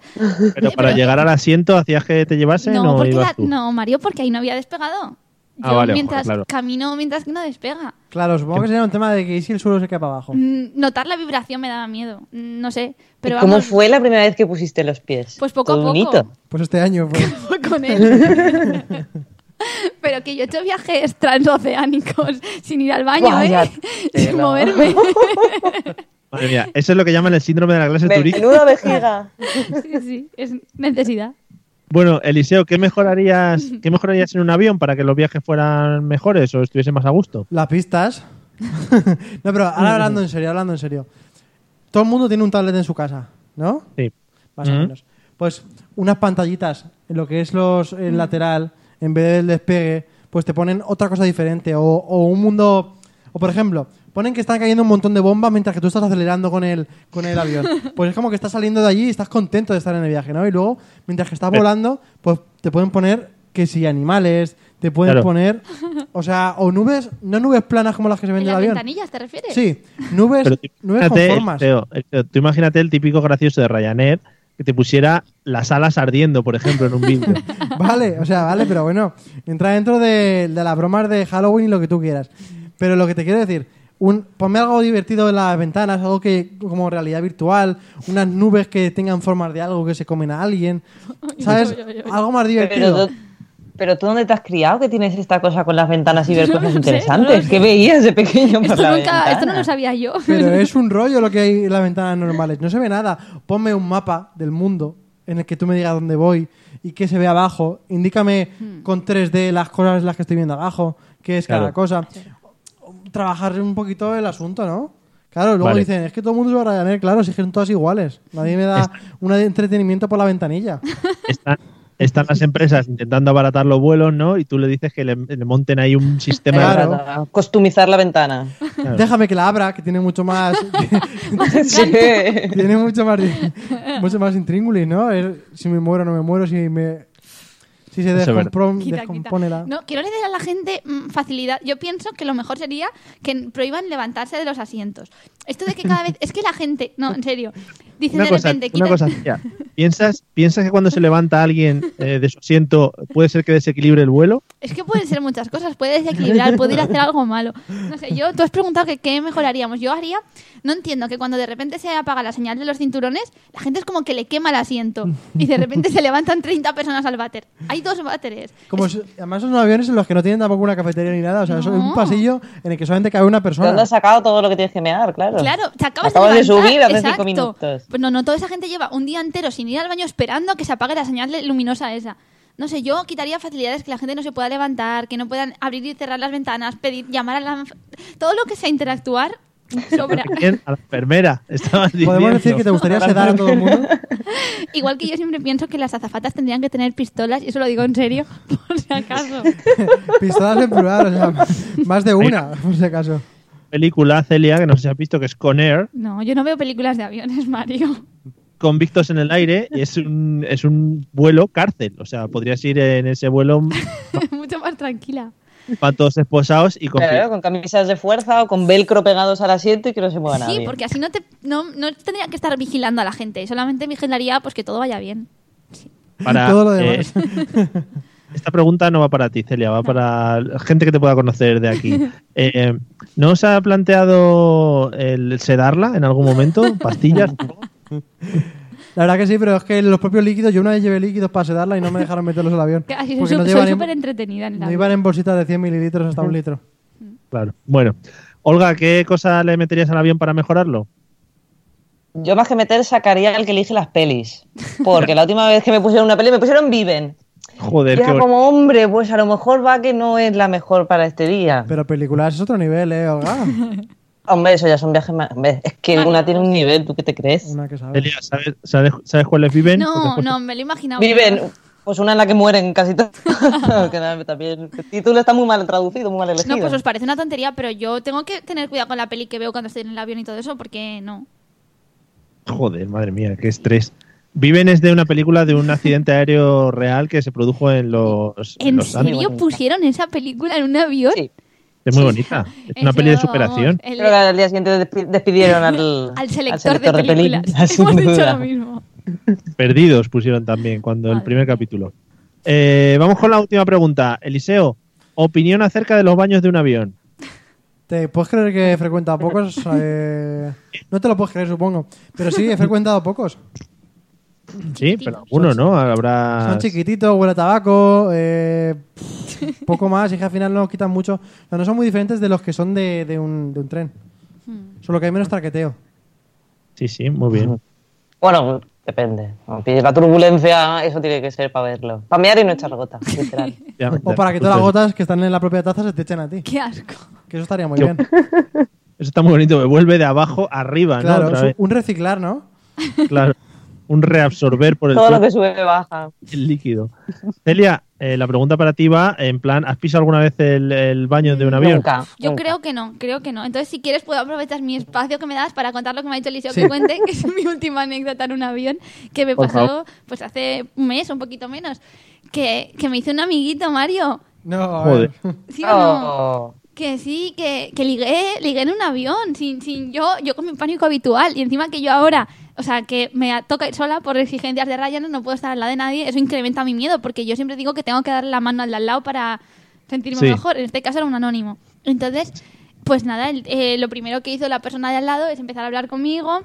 B: Pero para
D: pero-
B: llegar al asiento, ¿hacías que te llevasen
D: no,
B: o
D: porque
B: ibas
D: la-
B: tú?
D: no, Mario, porque ahí no había despegado.
B: Ah,
D: yo
B: vale,
D: mientras
B: joder, claro.
D: camino, mientras que no despega.
C: Claro, supongo que sería un tema de que si el suelo se cae para
B: Oh.
C: abajo.
D: Mm, Notar la vibración me daba miedo. Mm, No sé, pero
F: ¿Y ¿Cómo
D: vamos,
F: fue la primera vez que pusiste los pies?
D: Pues poco a
F: Todo
D: poco.
F: bonito.
C: Pues este año, pues.
D: con él. Pero que yo he hecho viajes transoceánicos sin ir al baño,
F: Vaya
D: ¿eh? Sin moverme.
B: Madre mía, eso es lo que llaman el síndrome de la clase turística.
F: Menuda vejiga.
D: sí, sí, es necesidad.
B: Bueno, Eliseo, ¿qué mejorarías, ¿qué mejorarías en un avión para que los viajes fueran mejores o estuviesen más a gusto?
C: Las pistas. no, pero ahora hablando en serio, hablando en serio. Todo el mundo tiene un tablet en su casa, ¿no?
B: Sí.
C: Más o
B: Ujú.
C: menos. Pues unas pantallitas en lo que es los el lateral, en vez del despegue, pues te ponen otra cosa diferente. O, o un mundo. O por ejemplo, ponen que están cayendo un montón de bombas mientras que tú estás acelerando con el, con el avión. Pues es como que estás saliendo de allí y estás contento de estar en el viaje, ¿no? Y luego, mientras que estás
B: Eh.
C: volando, pues te pueden poner que si animales, te pueden
B: Claro.
C: poner. O sea, o nubes, no nubes planas como las que se ven
D: ¿En
C: del
D: las
C: avión.
D: ventanillas te refieres?
C: Sí, nubes,
B: Pero tú
C: nubes Pues con
B: imagínate,
C: formas.
B: Eliseo, Eliseo, tú imagínate el típico gracioso de Ryanair que te pusiera las alas ardiendo, por ejemplo, en un vídeo.
C: Vale, o sea, vale, pero bueno, entra dentro de, de las bromas de Halloween y lo que tú quieras. Pero lo que te quiero decir, un, ponme algo divertido en las ventanas, algo que como realidad virtual, unas nubes que tengan formas de algo que se comen a alguien, ¿sabes?
D: Ay, ay, ay.
C: Algo más
F: Pero
C: divertido.
F: tú, pero tú, ¿dónde te has criado que tienes esta cosa con las ventanas y ver
D: No lo
F: cosas
D: sé, no lo
F: interesantes?
D: sé.
F: ¿Qué veías de pequeño por
D: Esto,
F: la
D: nunca, esto no
F: ventana?
D: lo sabía yo.
C: Pero es un rollo lo que hay en las ventanas normales. No se ve nada. Ponme un mapa del mundo en el que tú me digas dónde voy y qué se ve abajo. Indícame con 3D las cosas las que estoy viendo abajo, qué es cada
B: Claro.
C: cosa. Trabajar un poquito el asunto, ¿no? Claro, luego
B: Vale.
C: dicen, es que todo el mundo se va a Ryanair, claro, si es que son todas iguales. Nadie me da un entretenimiento por la ventanilla.
B: Están, están las empresas intentando abaratar los vuelos, ¿no? Y tú le dices que le, le monten ahí un sistema. de-
C: Claro.
F: Claro. Costumizar la ventana.
B: Claro.
C: Déjame que la abra, que tiene mucho más...
F: Sí.
C: Tiene mucho más, mucho más intríngulis, ¿no? El- si me muero, no me muero, si me. Si se
B: Eso es
C: descompro-
D: Quita, quita.
C: descompone la.
D: No, quiero decir a la gente mm, facilidad. Yo pienso que lo mejor sería que prohíban levantarse de los asientos. Esto de que cada vez. Es que la gente. No, en serio. Dicen
B: Una
D: de
B: cosa,
D: repente.
B: una
D: quita-
B: cosa tía. ¿Piensas, ¿Piensas que cuando se levanta alguien eh, de su asiento puede ser que desequilibre el vuelo?
D: Es que pueden ser muchas cosas, puede desequilibrar, puede ir a hacer algo malo. No sé, yo, tú has preguntado que qué mejoraríamos. Yo haría, no entiendo que cuando de repente se apaga la señal de los cinturones, la gente es como que le quema el asiento y de repente se levantan 30 personas al váter. Hay dos váteres.
C: Como si- además son aviones en los que no tienen tampoco una cafetería ni nada, o sea, es un
D: No.
C: pasillo en el que solamente cabe una
F: ¿De dónde
C: persona.
F: has sacado todo lo que tienes que mear? Claro.
D: Claro, te acabas,
F: Acabas de
D: levantar,
F: subir hace
D: exacto.
F: cinco minutos.
D: Pues no, no, toda esa gente lleva un día entero sin ir al baño esperando a que se apague la señal luminosa esa. No sé, yo quitaría facilidades que la gente no se pueda levantar, que no puedan abrir y cerrar las ventanas, pedir, llamar a la... Todo lo que sea interactuar sobra.
B: Bien, a la enfermera. Estabas
C: Podemos
B: diciendo.
C: decir que te gustaría sedar a todo el mundo.
D: Igual que yo siempre pienso que las azafatas tendrían que tener pistolas, y eso lo digo en serio, por si acaso.
C: Pistolas en plural, o sea, más de una, por si acaso.
B: película, Celia, que no sé si has visto, que es Con Air,
D: No, yo no veo películas de aviones, Mario.
B: Convictos en el Aire, y es un, es un vuelo cárcel. O sea, podrías ir en ese vuelo
D: Mucho más tranquila.
B: para todos esposados y con
F: Claro, con camisas de fuerza o con velcro pegados al asiento y que no se mueva nadie.
D: Sí, porque así no, te, no, no tendría que estar vigilando a la gente, solamente vigilaría pues que todo vaya bien.
B: para,
C: Todo lo demás.
B: eh, Esta pregunta no va para ti, Celia, va para gente que te pueda conocer de aquí. Eh, eh, ¿No os ha planteado el sedarla en algún momento? ¿Pastillas?
C: La verdad que sí, pero es que los propios líquidos, yo una vez llevé líquidos para sedarla y no me dejaron meterlos al avión.
D: Que- ay,
C: Porque
D: soy
C: no
D: súper
C: llevan en-
D: entretenida en el
C: no
D: avión.
C: iban en bolsitas de 100 mililitros hasta un litro.
B: Claro. Bueno. Olga, ¿qué cosa le meterías al avión para mejorarlo?
F: Yo más que meter sacaría el que elige las pelis. Porque la última vez que me pusieron una peli me pusieron Viven. Y
B: Joder,
F: era
B: qué
F: como, hombre, pues a lo mejor va que no es la mejor para este día.
C: Pero películas es otro nivel, ¿eh, Olga?
F: Hombre, eso ya son viajes más... hombre, Es que una tiene un nivel, ¿tú qué te crees?
C: Una que sabe.
B: Celia, ¿sabes, sabes, sabes cuáles viven? Porque
D: No,
B: has puesto-
D: no, me lo he imaginado.
F: Viven, pues una en la que mueren casi todos. que nada, también el título está muy mal traducido, muy mal elegido.
D: No, pues os parece una tontería, pero yo tengo que tener cuidado con la peli que veo cuando estoy en el avión y todo eso, porque no.
B: Joder, madre mía, qué estrés. Viven es de una película de un accidente aéreo real que se produjo en los.
D: ¿En
B: los Andes.
D: serio pusieron esa película en un avión?
F: Sí.
B: Es muy bonita. Es una
D: Eso,
B: peli de
D: vamos,
B: superación.
D: el-
F: Creo que al día siguiente despi- despidieron al,
D: al
F: al
D: selector,
F: selector
D: de películas.
F: sin
D: Hemos dicho
F: duda.
D: lo mismo.
B: Perdidos pusieron también cuando el
D: Madre
B: primer capítulo. Eh, vamos con la última pregunta. Eliseo, opinión acerca de los baños de un avión.
C: ¿Te puedes creer que he frecuentado pocos? Eh, no te lo puedes creer, supongo. Pero sí, he frecuentado pocos.
B: Sí, pero alguno, ¿no? Habrá.
C: Son chiquititos, huele a tabaco, eh, pff, poco más, y que al final no quitan mucho. No, no son muy diferentes de los que son de, de un, de un tren. Solo que hay menos traqueteo.
B: Sí, sí, muy bien.
F: Bueno, depende. Cuando pilles la turbulencia, eso tiene que ser para verlo. Para mear y no echar gota, literal.
B: Ya,
C: O
B: ya,
C: para que todas las
B: Ah, justo.
C: gotas que están en la propia taza se te echen a ti.
D: Qué asco.
C: Que eso estaría muy
B: Yo-
C: bien.
B: Eso está muy bonito. que Vuelve de abajo arriba, Ah, ¿no?
C: Claro,
B: Otra
C: es un-
B: vez.
C: un reciclar, ¿no?
B: Claro. Un reabsorber por el
F: Todo
B: cuerpo.
F: lo que sube baja.
B: El líquido. Celia, eh, la pregunta para ti va en plan, ¿has pisado alguna vez el, el baño
C: Mm,
B: de un avión?
F: Nunca.
D: Yo
F: nunca.
D: creo que no, creo que no. Entonces, si quieres, puedo aprovechar mi espacio que me das para contar lo que me ha dicho Eliseo
C: Sí.
D: que cuente, que es mi última anécdota en un avión, que me
B: Por
D: pasó
B: favor.
D: pues hace un mes, un poquito menos, que, que me hizo un amiguito, Mario.
C: No, a ver.
D: ¿Sí o no?
F: Oh.
D: Que sí, que, que ligué, ligué en un avión, sin, sin yo, yo con mi pánico habitual. Y encima que yo ahora, o sea, que me a- toca ir sola por exigencias de Ryanair, no puedo estar al lado de nadie, eso incrementa mi miedo, porque yo siempre digo que tengo que darle la mano al de al lado para sentirme
B: Sí.
D: mejor. En este caso era un anónimo. Entonces, pues nada, el- eh, lo primero que hizo la persona de al lado es empezar a hablar conmigo.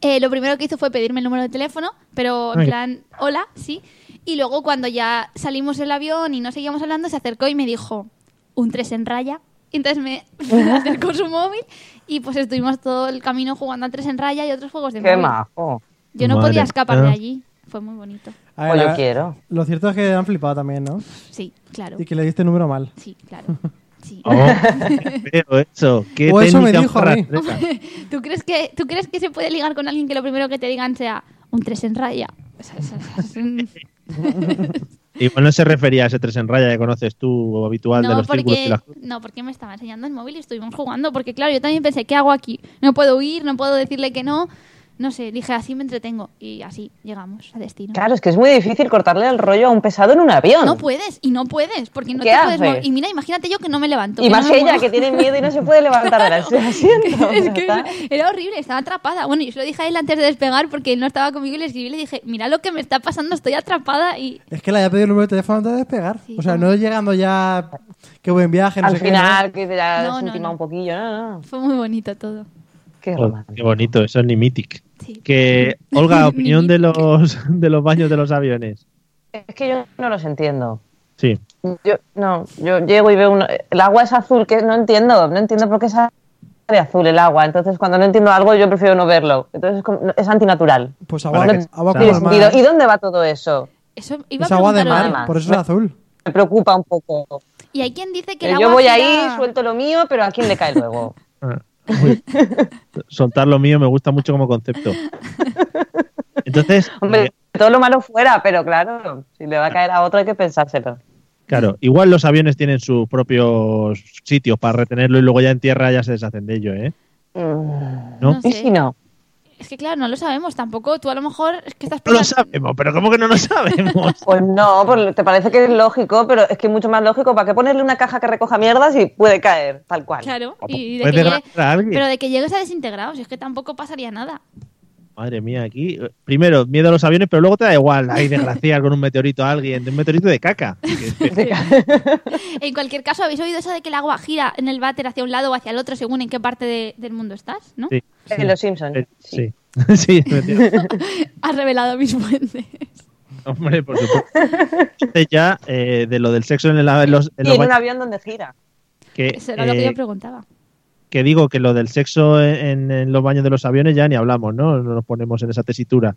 D: Eh, lo primero que hizo fue pedirme el número de teléfono, pero en
B: Ay.
D: plan, hola, sí. Y luego cuando ya salimos del avión y no seguíamos hablando, se acercó y me dijo, un tres en raya. Y entonces me, me acercó su móvil y pues estuvimos todo el camino jugando al tres en raya y otros juegos de
F: Qué
D: móvil.
F: majo.
D: Yo no
B: Madre
D: podía escapar de
B: mía.
D: allí. Fue muy bonito.
C: A ver,
F: Pues
C: la
F: yo
C: ver-
F: quiero.
C: Lo cierto es que han flipado también, ¿no?
D: Sí, claro.
C: Y que le diste el número mal.
D: Sí, claro. Sí.
B: Oh, qué feo eso. Qué
C: O eso me
B: técnica
C: dijo a mí.
B: rastrera.
D: ¿Tú crees, que, ¿Tú crees que se puede ligar con alguien que lo primero que te digan sea un tres en raya? O sea, eso- eso es un-
B: Igual no se refería a ese tres en raya que conoces tú o habitual de
D: No
B: los círculos y
D: porque,
B: las-
D: no, porque me estaba enseñando el móvil y estuvimos jugando. Porque, claro, yo también pensé, ¿qué hago aquí? No puedo huir, no puedo decirle que no. No sé, dije, así me entretengo. Y así llegamos a destino.
F: Claro, es que es muy difícil cortarle el rollo a un pesado en un avión.
D: No puedes, y no puedes, porque no
F: Ah. ¿Qué
D: te puedes
F: haces?
D: mover. Y mira, imagínate yo que no me levanto. no
F: y más
D: me
F: ella,
D: muevo.
F: que tiene miedo y no se puede levantar del asiento.
D: Es que
F: Está-
D: era horrible, estaba atrapada. Bueno, yo se lo dije a él antes de despegar porque él no estaba conmigo y le escribí y le dije, mira lo que me está pasando, estoy atrapada y...
C: Es que le había pedido el número de teléfono antes de despegar.
D: Sí,
C: o sea,
D: como-
C: no llegando ya. Qué buen viaje, no
F: Al
C: sé qué,
F: final, que te
D: No,
F: has
D: no,
F: intimado
D: no.
F: un poquillo. No, no.
D: Fue muy bonito todo.
F: Qué
B: Joder,
F: romántico.
B: Qué bonito, eso es ni Mythic.
D: Sí.
B: Que, Olga, opinión de
D: Ni
B: los, de los baños de los aviones.
F: Es que yo no los entiendo.
B: Sí.
F: Yo, no, yo llego y veo uno- el agua es azul, que no entiendo, no entiendo por qué es de azul el agua. Entonces, cuando no entiendo algo, yo prefiero no verlo. Entonces, es, como- es antinatural.
C: no. Pues agua,
B: Para que- Claro.
C: agua
F: Tiene
C: como el
F: sentido.
C: mar.
F: ¿Y dónde va todo eso?
D: Eso iba
C: Es
D: a
C: agua de
D: preguntaros.
C: mar, por eso es azul.
F: Me preocupa un poco.
D: Y hay quien dice que
F: Eh,
D: el
F: yo
D: agua
F: voy
D: gira-
F: ahí, suelto lo mío, pero ¿a quién le cae luego?
B: Ah, uy. Soltar lo mío me gusta mucho como concepto. Entonces,
F: Hombre,
B: eh,
F: todo lo malo fuera, pero claro, si le va a caer a otro hay que pensárselo.
B: Claro, igual los aviones tienen sus propios sitios para retenerlo y luego ya en tierra ya se deshacen de ello, ¿eh?
F: Mm.
B: ¿No?
D: No
F: ¿Y
D: sé.
F: si no?
D: Es que claro, no lo sabemos tampoco. Tú a lo mejor es que estás
B: No lo
D: pensando-
B: sabemos, pero ¿cómo que no lo sabemos?
F: Pues no, pues te parece que es lógico, pero es que mucho más lógico. ¿Para qué ponerle una caja que recoja mierdas y puede caer, tal cual?
D: Claro,
B: Tampoco
D: y de
B: puedes
D: que llegue-
B: desgraciar a alguien.
D: pero de que llegues a desintegrados, es que tampoco pasaría nada.
B: Madre mía, aquí. eh, Primero, miedo a los aviones, pero luego te da igual. Hay desgraciar con un meteorito a alguien, de un meteorito de caca.
D: En cualquier caso, ¿habéis oído eso de que el agua gira en el váter hacia un lado o hacia el otro según en qué parte de- del mundo estás? ¿no?
B: Sí,
F: En Los Simpsons.
B: eh, sí. Sí, efectivamente.
D: Has revelado mis fuentes.
B: Eh, hombre, por supuesto. Este Ya eh, de lo del sexo en, el, en los, en
F: Y
B: los
F: en un
B: baños,
F: avión donde gira.
B: que,
D: Eso era lo que
B: eh,
D: yo preguntaba.
B: que digo que lo del sexo en, en los baños de los aviones ya ni hablamos, ¿no? No nos ponemos en esa tesitura.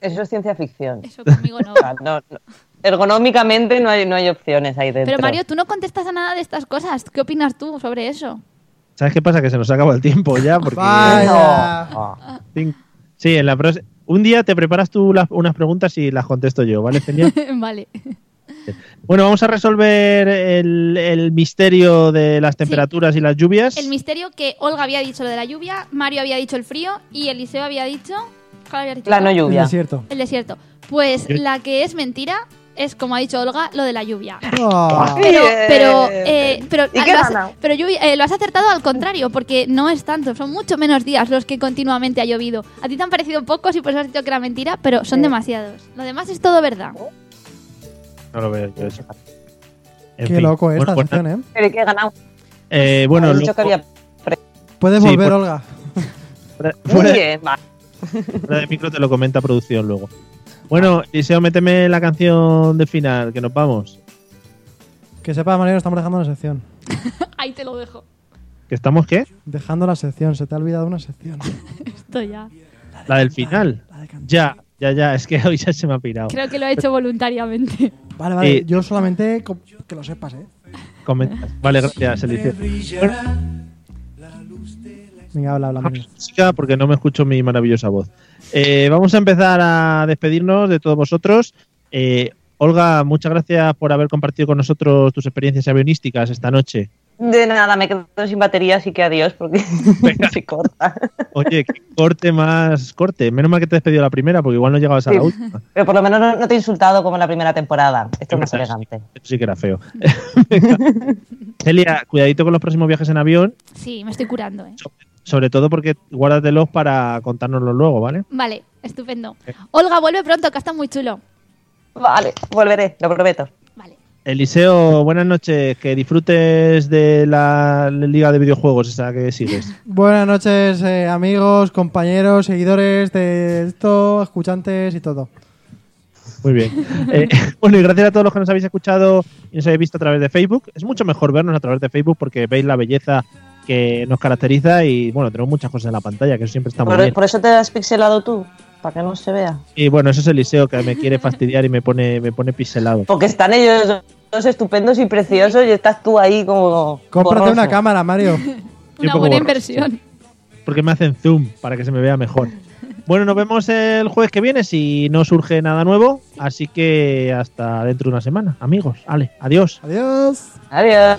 F: Eso es ciencia ficción.
D: Eso conmigo no.
F: O sea, no- no- Ergonómicamente no hay, no hay opciones ahí dentro.
D: Pero Mario, tú no contestas a nada de estas cosas. ¿Qué opinas tú sobre eso?
B: ¿Sabes qué pasa? Que se nos ha acabado el tiempo ya. Porque
C: Vaya.
F: No.
B: Cin- Sí, en la próxima. Un día te preparas tú las- unas preguntas y las contesto yo, ¿vale, Celia?
D: vale.
B: bueno, vamos a resolver el, el misterio de las temperaturas y las lluvias.
D: El misterio que Olga había dicho lo de la lluvia, Mario había dicho el frío y Eliseo había dicho... ¿Cuál había dicho?
F: La no lluvia.
C: Es cierto.
D: El desierto. Pues
B: Yo-
D: la que es mentira es, como ha dicho Olga, lo de la lluvia.
C: Ah,
D: Pero,
F: Bien.
D: pero, eh, pero,
F: ¿Y
D: ah,
F: qué
D: lo, has,
F: gana?
D: pero lluvi- eh, lo has acertado al contrario, porque no es tanto, son mucho menos días los que continuamente ha llovido. A ti te han parecido pocos y por eso has dicho que era mentira, pero son
F: Sí.
D: demasiados. Lo demás es todo verdad.
B: No lo veo yo eso. En
C: qué
B: fin.
C: loco
B: Bueno,
C: esta
B: pues
C: sección, ¿eh?
F: Pero hay que ganar.
B: Eh, bueno,
F: Has dicho
B: luego-
F: que había-
C: Puedes
B: Sí,
C: volver,
B: pues-
C: Olga.
B: fuera-
F: Muy
B: fuera-
F: bien, va.
B: fuera de micro te lo comenta producción luego. Bueno, Liceo, méteme la canción de final, que nos vamos.
C: Que sepa, Mario, estamos dejando la sección.
D: Ahí te lo dejo.
B: ¿Que estamos qué?
C: Dejando la sección, se te ha olvidado una sección.
D: Esto ya.
B: La del final.
C: La de cantar.
B: Ya, ya, ya. Es que hoy ya se me ha pirado.
D: Creo que lo ha hecho voluntariamente.
C: Vale, vale,
B: Sí.
C: yo solamente co- que lo sepas, ¿eh?
B: Comenta. Vale, gracias, Eliseo.
C: Venga, habla, habla. Mario.
B: música Ah, pues, porque no me escucho mi maravillosa voz. Eh, vamos a empezar a despedirnos de todos vosotros. Eh, Olga, muchas gracias por haber compartido con nosotros tus experiencias avionísticas esta noche.
F: De nada, me quedo sin batería, así que adiós, porque se corta.
B: Oye, qué corte más corte. Menos mal que te has despedido la primera, porque igual no llegabas a la
F: Sí.
B: última.
F: Pero por lo menos no, no te he insultado como en la primera temporada. Esto es más
B: Gracias.
F: elegante.
B: Eso sí que era feo. Venga. Celia, cuidadito con los próximos viajes en avión,
D: Sí, me estoy curando, ¿eh?
B: sobre todo porque guárdatelos para contárnoslo luego, ¿vale?
D: Vale, estupendo. Olga, vuelve pronto, que está muy chulo.
F: Vale, volveré, lo prometo.
D: Vale.
B: Eliseo, buenas noches. Que disfrutes de la liga de videojuegos esa que sigues.
C: Buenas noches, eh, amigos, compañeros, seguidores de esto, escuchantes y todo.
B: Muy bien. Eh, bueno, y gracias a todos los que nos habéis escuchado y nos habéis visto a través de Facebook. Es mucho mejor vernos a través de Facebook porque veis la belleza que nos caracteriza y, bueno, tenemos muchas cosas en la pantalla, que eso siempre está muy
F: Por,
B: bien.
F: por eso te has pixelado tú, para que no se vea.
B: Y bueno, eso es Eliseo que me quiere fastidiar y me pone, me pone pixelado.
F: Porque están ellos dos estupendos y preciosos y estás tú ahí como.
C: Cómprate
F: borroso.
C: una cámara, Mario.
B: Yo
D: Una
B: pongo borroso.
D: buena inversión.
B: Porque me hacen zoom para que se me vea mejor. Bueno, nos vemos el jueves que viene si no surge nada nuevo. Así que hasta dentro de una semana, amigos. Vale, adiós.
C: Adiós.
F: Adiós.